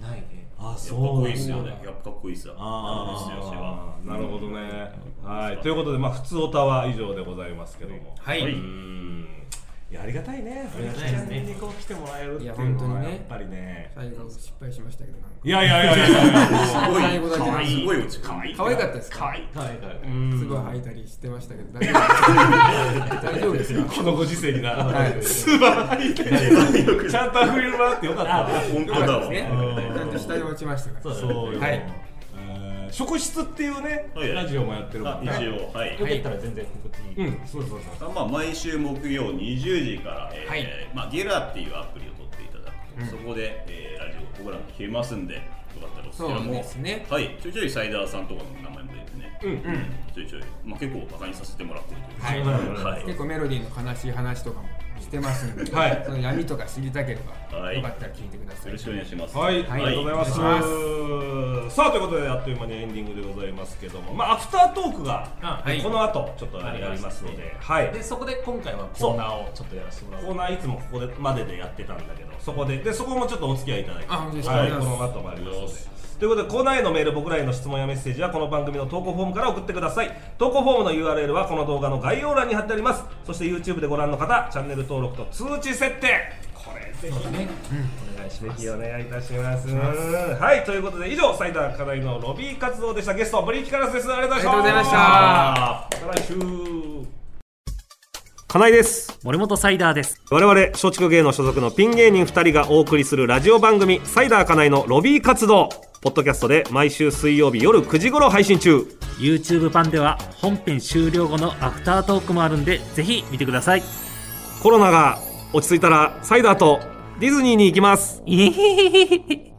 [SPEAKER 2] ないね
[SPEAKER 1] あ
[SPEAKER 3] やっぱかっこいいっす
[SPEAKER 1] な
[SPEAKER 3] よ
[SPEAKER 1] ん
[SPEAKER 3] ね
[SPEAKER 1] だ。
[SPEAKER 3] やっぱかっこいいっすよ。
[SPEAKER 1] あ
[SPEAKER 3] あ
[SPEAKER 1] ーなるほどね、はいということでまあ普通オタは以上でございますけども
[SPEAKER 4] は、
[SPEAKER 3] はいい。
[SPEAKER 1] うんいやありがたいね
[SPEAKER 2] ありがたいですね
[SPEAKER 1] にこう来てもらえるってい
[SPEAKER 4] いうや
[SPEAKER 1] のは
[SPEAKER 4] 本当に
[SPEAKER 1] や
[SPEAKER 4] ね
[SPEAKER 1] っぱりね
[SPEAKER 4] 最後失敗しましたけどなんか
[SPEAKER 1] いやいやいやいやいや
[SPEAKER 3] すごい
[SPEAKER 4] 最後だけ
[SPEAKER 3] 可愛い。すごい落ち可愛い。
[SPEAKER 4] 可愛かったですか
[SPEAKER 3] 可愛い。
[SPEAKER 2] はいはい
[SPEAKER 4] すごい吐いたりしてましたけど大丈夫大丈夫ですか
[SPEAKER 1] このご時世にな、
[SPEAKER 4] はい
[SPEAKER 1] 素晴ら しいちゃんとアフリルもらってよかったわ
[SPEAKER 3] 本当
[SPEAKER 4] よかっ
[SPEAKER 3] だ
[SPEAKER 4] た
[SPEAKER 3] わ。
[SPEAKER 4] ですね。ちゃんと下に落ちましたから。
[SPEAKER 2] そうよ
[SPEAKER 4] はい
[SPEAKER 1] えー職質っていうね、
[SPEAKER 3] はいはい
[SPEAKER 1] ラジオもやってるから
[SPEAKER 3] あ
[SPEAKER 1] ね
[SPEAKER 3] 一応はい。
[SPEAKER 2] よかったら全然告知
[SPEAKER 1] うんそうそうそう
[SPEAKER 3] まあ毎週木曜20時から、えー
[SPEAKER 4] はい
[SPEAKER 3] まあゲラっていうアプリを取っていただくと、そこで、えーラジオプログラム消えますんで、よかったらそちら
[SPEAKER 4] そう
[SPEAKER 3] も
[SPEAKER 4] ですね
[SPEAKER 3] はい。ちょいちょいサイダーさんとかの名前も出てね。
[SPEAKER 1] うん
[SPEAKER 3] ちょいちょい、まあ結構馬鹿にさせてもらってるというか。
[SPEAKER 4] はい
[SPEAKER 3] はい
[SPEAKER 4] 結構メロディーの悲しい話とかもしてますんで、
[SPEAKER 1] はい
[SPEAKER 4] その闇とか知りたければ、
[SPEAKER 3] はい
[SPEAKER 4] よかったら聞いてくださ
[SPEAKER 3] よろ。
[SPEAKER 4] い
[SPEAKER 3] しくお願いします。
[SPEAKER 1] はい、ありがとうございます。
[SPEAKER 4] お願いし
[SPEAKER 1] さあということであっという間にエンディングでございますけども、まあアフタートークが、
[SPEAKER 2] あ
[SPEAKER 4] はい
[SPEAKER 1] この後ちょっとありますので、はい。
[SPEAKER 2] でそこで今回はコーナーをちょっとやらせてもらおう
[SPEAKER 1] コーナーいつもここでまででやってたんだけど、そこででそこもちょっとお付き合いいただいて、
[SPEAKER 4] あ本当ですか
[SPEAKER 1] はい、
[SPEAKER 4] あり
[SPEAKER 1] こ
[SPEAKER 4] がとうご
[SPEAKER 1] の
[SPEAKER 4] ざ
[SPEAKER 1] 後
[SPEAKER 4] います
[SPEAKER 1] もありますので。ということでコーナーへのメール僕らへの質問やメッセージはこの番組の投稿フォームから送ってください投稿フォームの URL はこの動画の概要欄に貼ってありますそして YouTube でご覧の方チャンネル登録と通知設定これぜひね
[SPEAKER 2] お願いし
[SPEAKER 1] ぜ
[SPEAKER 2] ます
[SPEAKER 1] ひお願いいたしますはいということで以上サイダー課題のロビー活動でしたゲストブリーキカラスですありがとうございました
[SPEAKER 4] あ
[SPEAKER 1] また来週金井です
[SPEAKER 2] 森本サイダーです
[SPEAKER 1] 我々松竹芸能所属のピン芸人2人がお送りするラジオ番組「サイダーかなえのロビー活動」ポッドキャストで毎週水曜日夜9時頃配信中
[SPEAKER 2] YouTube 版では本編終了後のアフタートークもあるんでぜひ見てください
[SPEAKER 1] コロナが落ち着いたらサイダーとディズニーに行きます
[SPEAKER 2] イエーイ